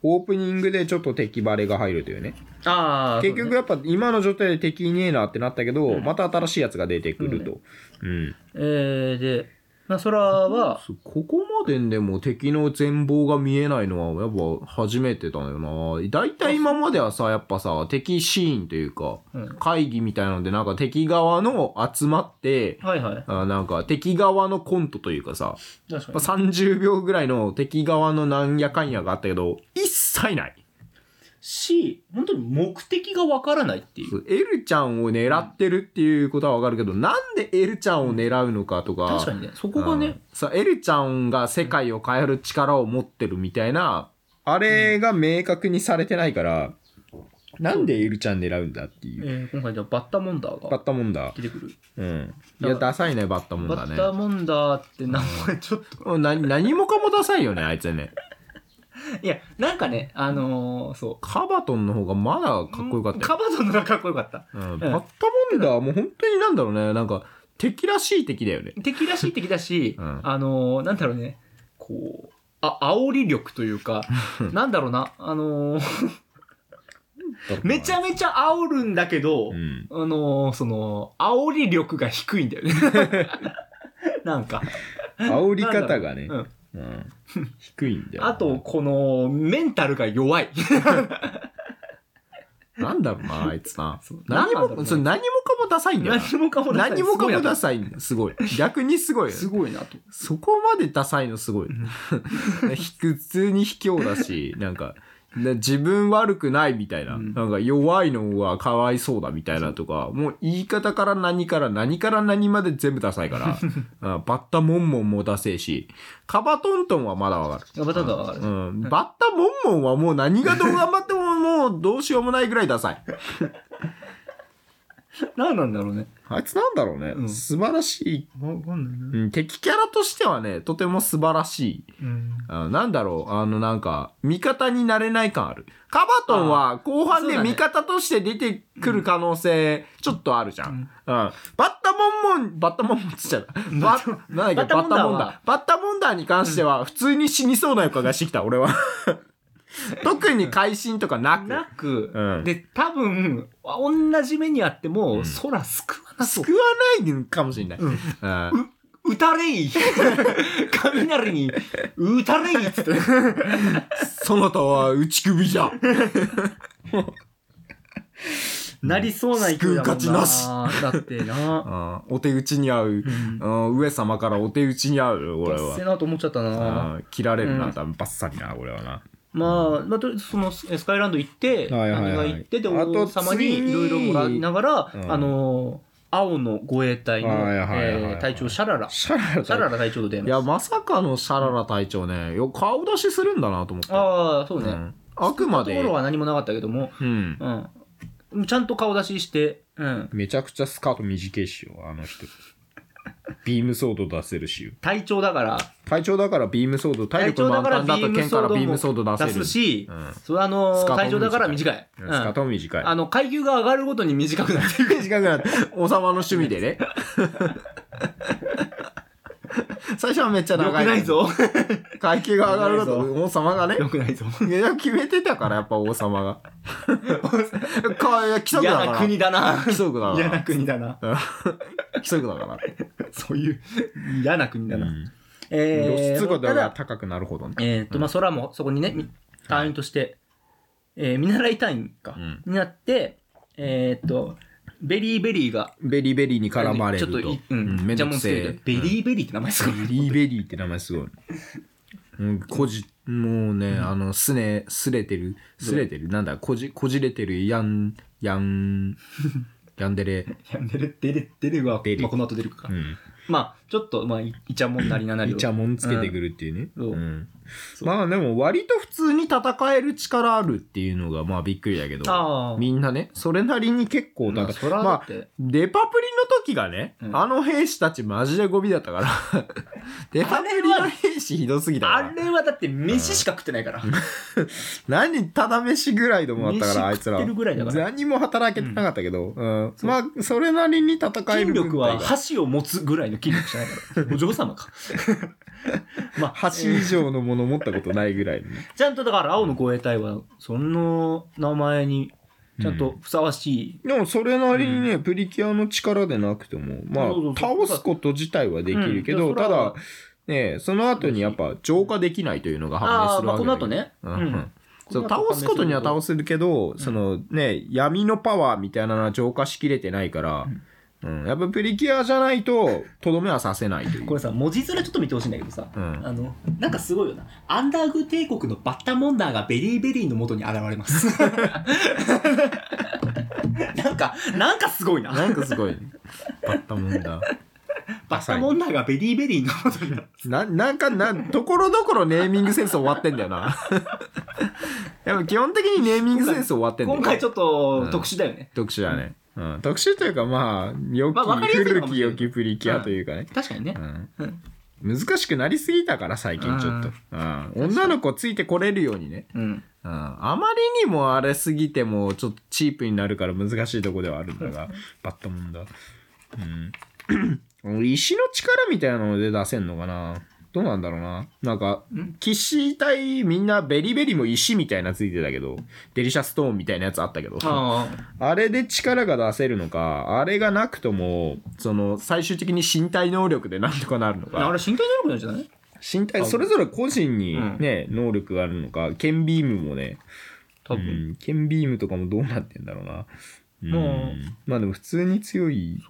[SPEAKER 2] オープニングでちょっと敵バレが入るというね
[SPEAKER 1] ああ
[SPEAKER 2] 結局やっぱ今の状態で敵いねえなってなったけど、
[SPEAKER 1] うん
[SPEAKER 2] また新しいやつが出てくると、うん
[SPEAKER 1] えー、で、まあ、空は
[SPEAKER 2] そうここまででも敵の全貌が見えないのはやっぱ初めてだよな大体今まではさやっぱさ敵シーンというか
[SPEAKER 1] うん
[SPEAKER 2] 会議みたいなのでなんか敵側の集まって
[SPEAKER 1] はいはい
[SPEAKER 2] あなんか敵側のコントというかさ
[SPEAKER 1] 確
[SPEAKER 2] まあ
[SPEAKER 1] か
[SPEAKER 2] 30秒ぐらいの敵側のなんやかんやがあったけど一切ない
[SPEAKER 1] にし本当に目的がわからないってい
[SPEAKER 2] そううエルちゃんを狙ってるっていうことはわかるけど、なんでエルちゃんを狙うのかとか
[SPEAKER 1] 確かにねそこが
[SPEAKER 2] うん
[SPEAKER 1] ね、
[SPEAKER 2] さエルちゃんが世界を変える力を持ってるみたいなあれが明確にされてないから、なんでエルちゃん狙うんだっていう、
[SPEAKER 1] えー今回ではバッタモンダー
[SPEAKER 2] バッ
[SPEAKER 1] が
[SPEAKER 2] タモンダー
[SPEAKER 1] 出てくる
[SPEAKER 2] うんい
[SPEAKER 1] だ
[SPEAKER 2] や
[SPEAKER 1] から
[SPEAKER 2] ダサいねバッタモン
[SPEAKER 1] バ
[SPEAKER 2] ダ
[SPEAKER 1] ッタ
[SPEAKER 2] ーね
[SPEAKER 1] モンダーって名前ちょっと
[SPEAKER 2] うんな何もかもダサいよねあいつね
[SPEAKER 1] いやなんかねあのー、そう
[SPEAKER 2] カバトンの方がまだかっこよかったよ
[SPEAKER 1] カバトンのがかっこよかった
[SPEAKER 2] うん、バッタモンダーはもう本当になんだろうねなんか敵らしい敵だよね
[SPEAKER 1] 敵らしい敵だし、
[SPEAKER 2] うん
[SPEAKER 1] あのー、なんだろうねこうあ煽り力という かなんだろうなあのー、めちゃめちゃ煽るんだけど、
[SPEAKER 2] うん
[SPEAKER 1] あのー、その煽り力が低いんだよね なんか
[SPEAKER 2] 煽り方がね、
[SPEAKER 1] うん
[SPEAKER 2] うん、低いんだよな
[SPEAKER 1] あとこのメンタルが弱い
[SPEAKER 2] なんだろうなあいつな
[SPEAKER 1] そう
[SPEAKER 2] 何
[SPEAKER 1] なんだろう
[SPEAKER 2] も
[SPEAKER 1] ね
[SPEAKER 2] それ何もかもダサいんだよな
[SPEAKER 1] 何もかも
[SPEAKER 2] 何もかもダ
[SPEAKER 1] す
[SPEAKER 2] サいんだすごい逆にすご
[SPEAKER 1] ご
[SPEAKER 2] い
[SPEAKER 1] いな
[SPEAKER 2] よ
[SPEAKER 1] すごいなと
[SPEAKER 2] そこまでダサいのすごい普通に卑怯だ しなんかな自分悪くないみたいな,、
[SPEAKER 1] うん
[SPEAKER 2] なんか弱いのはかわいそうだみたいなとかもう言い方から何から何から何まで全部ダサいから あバッタモンモンもダセえしカバトントンはまだわかる
[SPEAKER 1] やっぱただわかる、
[SPEAKER 2] うん、バッタモンモンはもう何がどう頑張ってももうどうしようもないぐらいダサい。
[SPEAKER 1] 何なんだろうね
[SPEAKER 2] あいつなんだろうね
[SPEAKER 1] うん
[SPEAKER 2] 素晴らしい、
[SPEAKER 1] わかんないな
[SPEAKER 2] うん。敵キャラとしてはね、とても素晴らしい。
[SPEAKER 1] うん
[SPEAKER 2] あなんだろう、あのなんか、味方になれない感ある。カバトンは後半
[SPEAKER 1] そう
[SPEAKER 2] で
[SPEAKER 1] だね
[SPEAKER 2] 味方として出てくる可能性、ちょっとあるじゃん。うん。バッタモンモン、バッタモンモンっつっちゃった。バッ、なんだ
[SPEAKER 1] バッ
[SPEAKER 2] っけ、バッ
[SPEAKER 1] タ
[SPEAKER 2] タ
[SPEAKER 1] モ
[SPEAKER 2] モ
[SPEAKER 1] ン
[SPEAKER 2] ン
[SPEAKER 1] ダー
[SPEAKER 2] ダー。バッタモンダーに関しては、普通に死にそうな予感がしてき た、俺は。特に会心とかなく。
[SPEAKER 1] なく、
[SPEAKER 2] うん
[SPEAKER 1] で多分同じ目にあっても、
[SPEAKER 2] うん
[SPEAKER 1] 空救わなそう
[SPEAKER 2] 救わないかもしれない。
[SPEAKER 1] うん
[SPEAKER 2] あ
[SPEAKER 1] 打たれい 雷に打たれいっつって
[SPEAKER 2] そなたは打ち首じゃ。
[SPEAKER 1] なりそうな勢いだもんな。
[SPEAKER 2] 救う価値なし
[SPEAKER 1] だって な。
[SPEAKER 2] あーお手打ちに合う
[SPEAKER 1] う。ん。
[SPEAKER 2] うん上様からお手打ちに合う、俺
[SPEAKER 1] 達成
[SPEAKER 2] は。
[SPEAKER 1] なと思っちゃったな。
[SPEAKER 2] あー切られる
[SPEAKER 1] うん
[SPEAKER 2] な、多分バッサリな、俺はな。
[SPEAKER 1] まあ、まあ、とりあえずそのススカイランド行って、
[SPEAKER 2] はいはいはい
[SPEAKER 1] 何が行って、で、
[SPEAKER 2] あと
[SPEAKER 1] 王様にいろいろもらいながら、
[SPEAKER 2] うん
[SPEAKER 1] あのー、青の護衛隊の、
[SPEAKER 2] はいはいはいはい
[SPEAKER 1] えー隊長、シャララ。シ
[SPEAKER 2] シャララ
[SPEAKER 1] ャラ
[SPEAKER 2] 隊
[SPEAKER 1] ラ隊長と出会い
[SPEAKER 2] 長。い
[SPEAKER 1] ま
[SPEAKER 2] や、まさかのシャララ隊長ね、よ顔出しするんだなと思っ
[SPEAKER 1] す。
[SPEAKER 2] た。
[SPEAKER 1] ああ、そう
[SPEAKER 2] う
[SPEAKER 1] ね。
[SPEAKER 2] んあくま
[SPEAKER 1] とこ
[SPEAKER 2] で
[SPEAKER 1] ろ、は何もなかったけども、
[SPEAKER 2] うん。
[SPEAKER 1] うん。ちゃんと顔出しして、うん。
[SPEAKER 2] めちゃくちゃスカート短いっしよ、あの人。ビームソード出せるしよ。
[SPEAKER 1] 隊長だから、
[SPEAKER 2] 隊長だからビームソード、体
[SPEAKER 1] 隊
[SPEAKER 2] 力
[SPEAKER 1] 長だ
[SPEAKER 2] 満
[SPEAKER 1] から
[SPEAKER 2] タ
[SPEAKER 1] ビ
[SPEAKER 2] ンだと
[SPEAKER 1] ーム
[SPEAKER 2] 剣
[SPEAKER 1] ソ
[SPEAKER 2] か
[SPEAKER 1] ー
[SPEAKER 2] ら
[SPEAKER 1] ド
[SPEAKER 2] ビームソード
[SPEAKER 1] も
[SPEAKER 2] 出
[SPEAKER 1] 出
[SPEAKER 2] せる
[SPEAKER 1] す。し
[SPEAKER 2] う、ん
[SPEAKER 1] それはあの
[SPEAKER 2] ス
[SPEAKER 1] ー
[SPEAKER 2] カートも短い
[SPEAKER 1] 隊長だから短い。
[SPEAKER 2] ス
[SPEAKER 1] うん
[SPEAKER 2] カートも短い。
[SPEAKER 1] あの、階級が上がるごとに短くなっていく。
[SPEAKER 2] 短くなって、王様の趣 味でね。最初はめっちゃ
[SPEAKER 1] 良く
[SPEAKER 2] 長い。
[SPEAKER 1] ない。ぞ。
[SPEAKER 2] 階級が上がること
[SPEAKER 1] 良く
[SPEAKER 2] 王様がね。
[SPEAKER 1] 良くないぞ。
[SPEAKER 2] いや決めてたから、やっぱ王様が。 か規則
[SPEAKER 1] 嫌
[SPEAKER 2] だから。
[SPEAKER 1] な国だな。
[SPEAKER 2] 規則だか
[SPEAKER 1] 嫌な
[SPEAKER 2] ら。
[SPEAKER 1] 国だな。
[SPEAKER 2] 規則だから。
[SPEAKER 1] そういう嫌な国だ
[SPEAKER 2] う
[SPEAKER 1] な。
[SPEAKER 2] ん
[SPEAKER 1] え
[SPEAKER 2] 露出
[SPEAKER 1] ー、
[SPEAKER 2] 度
[SPEAKER 1] た
[SPEAKER 2] が
[SPEAKER 1] だ、
[SPEAKER 2] 高くなるほどね。
[SPEAKER 1] えーっと、まあ、空もそこにね、み隊員として、えー見習い隊員か
[SPEAKER 2] う、ん
[SPEAKER 1] になって、えーっと、ベリーベリーが、
[SPEAKER 2] ベリーベリーに絡まれると。
[SPEAKER 1] ちょっとい、う
[SPEAKER 2] うん
[SPEAKER 1] ん、
[SPEAKER 2] めん
[SPEAKER 1] ジャ
[SPEAKER 2] ど
[SPEAKER 1] モ
[SPEAKER 2] く
[SPEAKER 1] ン
[SPEAKER 2] せえ
[SPEAKER 1] スベリーベリーって名前すごい。
[SPEAKER 2] ベリーベリーって名前すごい。うん、こじ、もうね、あの、すね、すれてる、すれてる、なんだ、こじ、こじれてる、やん、や ん、やんでれ。
[SPEAKER 1] やめる、出る、出るわ。
[SPEAKER 2] 出る
[SPEAKER 1] まあ、この後出るか
[SPEAKER 2] う。ん。
[SPEAKER 1] まあ、ちょっと、まあ、いいちゃもんなりななり
[SPEAKER 2] い
[SPEAKER 1] を。
[SPEAKER 2] ちゃもんつけてくるっていうね。
[SPEAKER 1] うんそうそう
[SPEAKER 2] まあでも、割と普通に戦える力あるっていうのが、まあびっくりだけど、
[SPEAKER 1] ああ。
[SPEAKER 2] みんなね、それなりに結構
[SPEAKER 1] ま
[SPEAKER 2] 戦
[SPEAKER 1] あ、それはだ
[SPEAKER 2] ま
[SPEAKER 1] っ
[SPEAKER 2] あ、
[SPEAKER 1] て、
[SPEAKER 2] デパプリの時がね、
[SPEAKER 1] うん
[SPEAKER 2] あの兵士たちマジでゴミだったから。 デパプリの兵士ひどすぎたか
[SPEAKER 1] あ
[SPEAKER 2] ら。
[SPEAKER 1] れはだって飯しか食ってないから。
[SPEAKER 2] 何ただ飯ぐらいでもあったからあい
[SPEAKER 1] 飯
[SPEAKER 2] つ
[SPEAKER 1] 食
[SPEAKER 2] ら
[SPEAKER 1] ってるぐらいだから。
[SPEAKER 2] 何も働けてなかったけど、うんまあそれなりに戦え
[SPEAKER 1] 筋
[SPEAKER 2] る
[SPEAKER 1] 力は
[SPEAKER 2] 軍隊が
[SPEAKER 1] 箸を持つぐらいの筋力じゃない から。お嬢様か。まあ、
[SPEAKER 2] 橋以上のもの持ったことないぐらいのね、
[SPEAKER 1] ちゃんとだから青の護衛隊は、その名前に、ちゃんとふさわしい。
[SPEAKER 2] でもそれなりにね、プリキュアの力でなくてもまあ
[SPEAKER 1] そうそうそう
[SPEAKER 2] 倒すこと自体はできるけど、
[SPEAKER 1] うん
[SPEAKER 2] た
[SPEAKER 1] それは
[SPEAKER 2] だねその後にやっぱ浄化できないというのが判明
[SPEAKER 1] あ
[SPEAKER 2] す
[SPEAKER 1] あ、
[SPEAKER 2] る
[SPEAKER 1] まあ、
[SPEAKER 2] わ
[SPEAKER 1] こ
[SPEAKER 2] け
[SPEAKER 1] の
[SPEAKER 2] だ
[SPEAKER 1] 後
[SPEAKER 2] けど
[SPEAKER 1] ね。う
[SPEAKER 2] う
[SPEAKER 1] んん。
[SPEAKER 2] そう
[SPEAKER 1] この後
[SPEAKER 2] 倒すことには倒せるけど、
[SPEAKER 1] ん
[SPEAKER 2] そのね闇のパワーみたいなのは浄化しきれてないから、うんやっぱプリキュアじゃないととどめはさせないという
[SPEAKER 1] これさ、文字面ちょっと見てほしいんだけどさ、
[SPEAKER 2] うん
[SPEAKER 1] あの、なんかすごいよな。アンダーグ帝国のバッタモンダーがベリーベリーの元に現れ ます。なんか、なんかすごいな。
[SPEAKER 2] なんかすごい、ね、バッタモンだ
[SPEAKER 1] バッタモンダーがベリーベリーの元になる。
[SPEAKER 2] ななんかなところどころネーミングセンス終わってんだよなやっぱ基本的にネーミングセンス終わってんだよ
[SPEAKER 1] 今回ちょっ
[SPEAKER 2] う
[SPEAKER 1] と
[SPEAKER 2] ん
[SPEAKER 1] 特殊だよね。
[SPEAKER 2] 特殊だね、うん、特殊というかまあ良き、
[SPEAKER 1] まあわかりやすいの
[SPEAKER 2] 古
[SPEAKER 1] かも
[SPEAKER 2] き
[SPEAKER 1] しれな
[SPEAKER 2] 良
[SPEAKER 1] い
[SPEAKER 2] きプリキュアというかね、
[SPEAKER 1] 確かにね
[SPEAKER 2] う。ん難しくなりすぎたから最近ちょっと、うん女の子ついてこれるようにね
[SPEAKER 1] うん。
[SPEAKER 2] うんあまりにもあれすぎてもちょっとチープになるから難しいとこではあるんだがバッタモンだ、うん、石の力みたいなので出せんのかなどうなんだろうななんか
[SPEAKER 1] ん
[SPEAKER 2] 騎士隊みんなベリベリも石みたいなついてたけどデリシャストーンみたいなやつあったけど
[SPEAKER 1] あ
[SPEAKER 2] あれで力が出せるのかあれがなくともその最終的に身体能力でなんとかなるの
[SPEAKER 1] あ。あれ
[SPEAKER 2] か
[SPEAKER 1] 身体能力なんじゃない
[SPEAKER 2] 身体それぞれ個人にね、能力があるのか剣ビームもね
[SPEAKER 1] 多分。
[SPEAKER 2] うん、ケンビームとかもどうなってんだろうな。うん
[SPEAKER 1] も
[SPEAKER 2] まあでも普通に強い。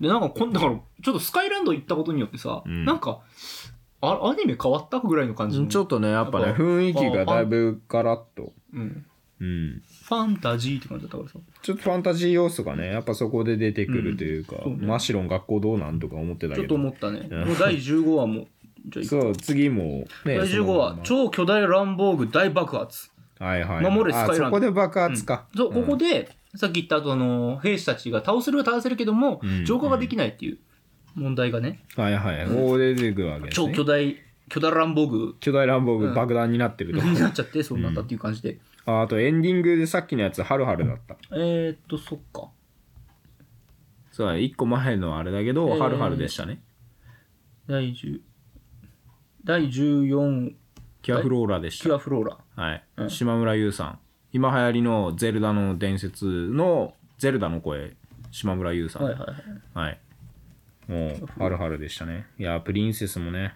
[SPEAKER 1] で、なんかこん、だから、ちょっとスカイランド行ったことによってさ、
[SPEAKER 2] うん
[SPEAKER 1] なんか、あアニメ変わったぐらいの感じの。
[SPEAKER 2] ちょっとね、やっぱね、
[SPEAKER 1] やっぱ
[SPEAKER 2] 雰囲気がだいぶガラッと。
[SPEAKER 1] うん。
[SPEAKER 2] うん。
[SPEAKER 1] ファンタジーって感じだったからさ。
[SPEAKER 2] ちょっとファンタジー要素がね、やっぱそこで出てくるというか、
[SPEAKER 1] うんそうね
[SPEAKER 2] マシロン学校どうなんとか思ってた
[SPEAKER 1] ちょ
[SPEAKER 2] け
[SPEAKER 1] っと
[SPEAKER 2] ど。
[SPEAKER 1] 思ったね。
[SPEAKER 2] うん
[SPEAKER 1] もう第15話も、じゃあいく
[SPEAKER 2] そう、次も、ね、
[SPEAKER 1] 第
[SPEAKER 2] そ
[SPEAKER 1] 15
[SPEAKER 2] の
[SPEAKER 1] 話、超巨大乱暴具大爆発。
[SPEAKER 2] はいはい。
[SPEAKER 1] 守れスカイランド
[SPEAKER 2] あそこで爆発か。
[SPEAKER 1] そう、ここ
[SPEAKER 2] で。
[SPEAKER 1] で、さっき言った後、あの、兵士たちが倒せるは倒せるけども
[SPEAKER 2] うん、
[SPEAKER 1] 浄化ができないっていう問題がね、
[SPEAKER 2] はいはい。ここで出てくるわけです
[SPEAKER 1] 超
[SPEAKER 2] ね
[SPEAKER 1] 巨。大、巨大乱暴具
[SPEAKER 2] 巨大乱暴
[SPEAKER 1] う
[SPEAKER 2] 部
[SPEAKER 1] ん
[SPEAKER 2] 爆弾になってると。
[SPEAKER 1] になっちゃって、そうなったっていう感じで。
[SPEAKER 2] ああとエンディングでさっきのやつ、ハルハルだった。
[SPEAKER 1] えーっと、そっか。
[SPEAKER 2] そうだね、一個前のあれだけ
[SPEAKER 1] え
[SPEAKER 2] ど、
[SPEAKER 1] ー
[SPEAKER 2] ハルハルでしたね。
[SPEAKER 1] 第10、第14、
[SPEAKER 2] キュアフローラでした
[SPEAKER 1] キュ。アフローラ。
[SPEAKER 2] はい、
[SPEAKER 1] うん
[SPEAKER 2] 島村優さん今流行りの「ゼルダの伝説」の「ゼルダの声」島村優さん
[SPEAKER 1] はい
[SPEAKER 2] は
[SPEAKER 1] はい
[SPEAKER 2] い、
[SPEAKER 1] はい。
[SPEAKER 2] もうはるはるでしたねいやープリンセスもね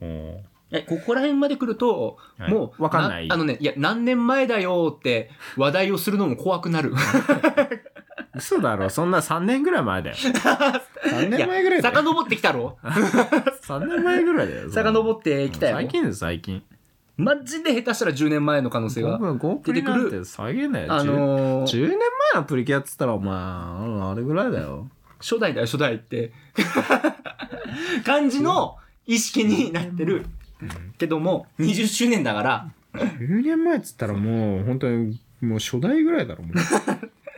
[SPEAKER 2] もう
[SPEAKER 1] えここら辺まで来ると、
[SPEAKER 2] はい
[SPEAKER 1] もう
[SPEAKER 2] わかんない
[SPEAKER 1] あのねいや何年前だよって話題をするのも怖くなる
[SPEAKER 2] 嘘だろ、そんな3年ぐらい前だ よ。3年前ぐらいだよ。
[SPEAKER 1] 遡ってきたろ
[SPEAKER 2] 3年前ぐらいだよ。
[SPEAKER 1] 遡
[SPEAKER 2] っ
[SPEAKER 1] ってきたよ
[SPEAKER 2] 最近です、最近。
[SPEAKER 1] マジで下手したら10年前の可能性
[SPEAKER 2] ゴ
[SPEAKER 1] が
[SPEAKER 2] ーゴープリなんて下げないよ。
[SPEAKER 1] あのー
[SPEAKER 2] 10年前のプリキュアっつったらお前あれぐらいだよ
[SPEAKER 1] 初代だよ初代って 感じの意識になってるけども20周年だから
[SPEAKER 2] 10年前っつったらもう本当にもう初代ぐらいだろもう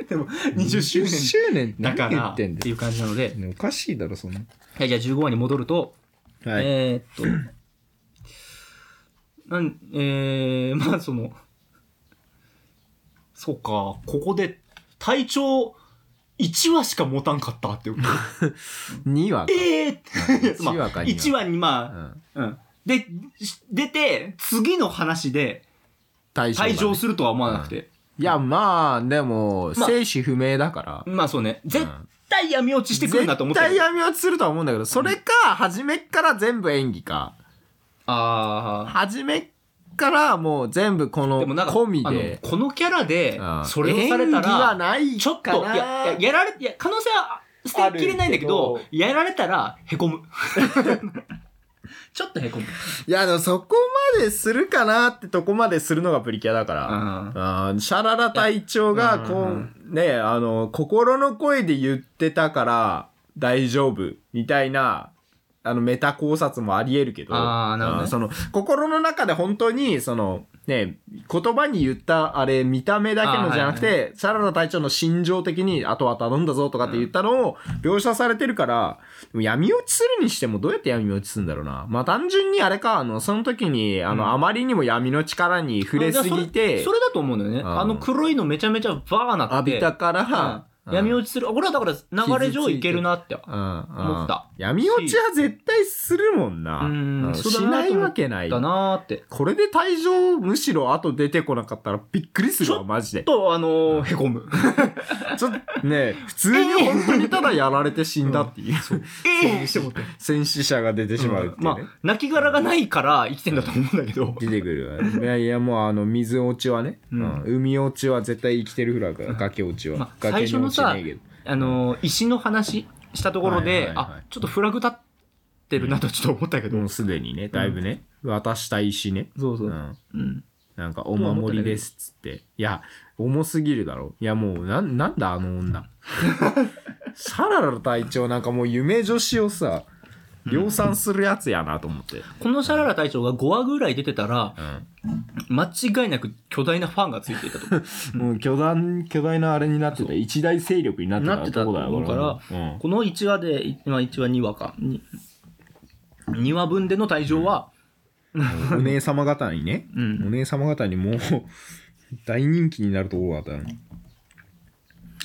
[SPEAKER 1] でも20周
[SPEAKER 2] 20
[SPEAKER 1] 年
[SPEAKER 2] 周年って
[SPEAKER 1] だ
[SPEAKER 2] 何
[SPEAKER 1] から
[SPEAKER 2] 言
[SPEAKER 1] っ
[SPEAKER 2] っててんだ
[SPEAKER 1] い
[SPEAKER 2] よ
[SPEAKER 1] う感じなので
[SPEAKER 2] ねおかしいだろそんな
[SPEAKER 1] はいじゃあ15話に戻ると
[SPEAKER 2] はい、
[SPEAKER 1] えー、っと、なん、えー、まあその、そうか、ここで体調1話しか持たんかったって思う。
[SPEAKER 2] 2話か、
[SPEAKER 1] えー、
[SPEAKER 2] うん
[SPEAKER 1] まあ
[SPEAKER 2] 1話か2
[SPEAKER 1] 1
[SPEAKER 2] 話、
[SPEAKER 1] 話にま
[SPEAKER 2] うん
[SPEAKER 1] あ、うん。で、し出て、次の話で
[SPEAKER 2] 大将だね
[SPEAKER 1] 退場するとは思わなくて。
[SPEAKER 2] いやまあでも、
[SPEAKER 1] まあ
[SPEAKER 2] 生死不明だから
[SPEAKER 1] まあそうね、絶対闇落ちしてくるなと思って
[SPEAKER 2] 絶対闇落ちするとは思うんだけどそれか初めっから全部演技か
[SPEAKER 1] あ
[SPEAKER 2] 初めっからもう全部こ
[SPEAKER 1] あ。
[SPEAKER 2] の
[SPEAKER 1] でもなんか、
[SPEAKER 2] 込み
[SPEAKER 1] あ
[SPEAKER 2] で
[SPEAKER 1] のこのキャラで
[SPEAKER 2] うん、
[SPEAKER 1] それをされた
[SPEAKER 2] 演技は
[SPEAKER 1] ら、
[SPEAKER 2] ない
[SPEAKER 1] ちょっと、い
[SPEAKER 2] かな
[SPEAKER 1] や、いややられ、いや、可能性は捨てきれないんだけど
[SPEAKER 2] ある、
[SPEAKER 1] やられたら、へこむ。ちょっとへこむ。
[SPEAKER 2] いや、でもそこまでするかなってとこまでするのがプリキュアだか ら。
[SPEAKER 1] うん
[SPEAKER 2] あーシャララ隊長が、
[SPEAKER 1] いや
[SPEAKER 2] こ
[SPEAKER 1] う、
[SPEAKER 2] うんね、あの、心の声で言ってたから大丈夫、みたいな、あの、メタ考察もあり得るけど、
[SPEAKER 1] あーなるほどね
[SPEAKER 2] ーその、心の中で本当に、その、ね、言葉に言った、あれ、見た目だけのじゃなくて、シャララ隊長の心情的に、あとは頼んだぞとかって言ったのを描写されてるから、でも闇落ちするにしてもどうやって闇落ちするんだろうな。まあ、単純にあれか、あの、その時に、あの、
[SPEAKER 1] うん
[SPEAKER 2] あまりにも闇の力に触れすぎ
[SPEAKER 1] あじゃあそれ
[SPEAKER 2] て、
[SPEAKER 1] それだと思うんだよね。
[SPEAKER 2] うん
[SPEAKER 1] あの黒いのめちゃめちゃバーな
[SPEAKER 2] 浴
[SPEAKER 1] って。
[SPEAKER 2] びたから、
[SPEAKER 1] うん闇
[SPEAKER 2] ち、
[SPEAKER 1] 落ちする。俺はだから流れ上いけるなって。
[SPEAKER 2] うん、思
[SPEAKER 1] 思った
[SPEAKER 2] 闇落ちは絶対するもんな。
[SPEAKER 1] うん
[SPEAKER 2] うん
[SPEAKER 1] そう
[SPEAKER 2] し
[SPEAKER 1] だなと思った
[SPEAKER 2] ないわけない。
[SPEAKER 1] だなーって。
[SPEAKER 2] これで退場、むしろ後出てこなかったらびっくりする
[SPEAKER 1] ち
[SPEAKER 2] わ、マジで。
[SPEAKER 1] と、あのー
[SPEAKER 2] うん
[SPEAKER 1] へこむ。
[SPEAKER 2] ちょっとね、普通に本当にただやられて死んだってい
[SPEAKER 1] え
[SPEAKER 2] う、
[SPEAKER 1] えー、って思って。
[SPEAKER 2] 戦死者が出てしまうっていう、ね
[SPEAKER 1] まあ、泣き殻がないから生きてんだと思うんだけど。
[SPEAKER 2] 出てくるわね。いやいや、もうあの、水落ちはね、
[SPEAKER 1] うん
[SPEAKER 2] うん海落ちは絶対生きてるフラが、崖落ちは。
[SPEAKER 1] まあ
[SPEAKER 2] 崖に
[SPEAKER 1] 最初のさ
[SPEAKER 2] 落ちねえけど
[SPEAKER 1] あのー石の話したところで、
[SPEAKER 2] はいはいはいはい
[SPEAKER 1] あ、ちょっとフラグ立ってるなとちょっと思ったけど。
[SPEAKER 2] もうすでにね、だいぶね、渡した石ね。
[SPEAKER 1] そうそうう。
[SPEAKER 2] ん
[SPEAKER 1] うん
[SPEAKER 2] なんか、お守りですっつって。いや、重すぎるだろ。いや、もう、なん、なんだ、あの 女。サララの隊長なんかもう夢女子をさ、量産するやつやなと思って。
[SPEAKER 1] このシャララ隊長が5話ぐらい出てたら、間違いなく巨大なファンがついていたと思う。
[SPEAKER 2] うん。もう巨大、巨大なあれになって
[SPEAKER 1] そ
[SPEAKER 2] た。一大勢力になって
[SPEAKER 1] なったてた
[SPEAKER 2] とこ
[SPEAKER 1] と
[SPEAKER 2] だよ、
[SPEAKER 1] 思うから
[SPEAKER 2] これは
[SPEAKER 1] この1話で、いまあ1話2話か。に2話分での退場は、
[SPEAKER 2] うんお姉様方にね、
[SPEAKER 1] うん
[SPEAKER 2] お姉様方にもう、大人気になるところだったの。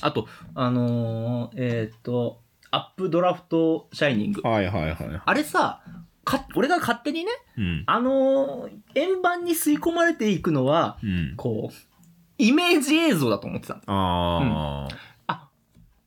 [SPEAKER 1] あと、あのーえーっと、アップドラフトシャイニング。
[SPEAKER 2] はいはいはい。
[SPEAKER 1] あれさ、か俺が勝手にね、
[SPEAKER 2] うん。
[SPEAKER 1] あのー円盤に吸い込まれていくのは、
[SPEAKER 2] うん。
[SPEAKER 1] こう、イメージ映像だと思ってたの。
[SPEAKER 2] あ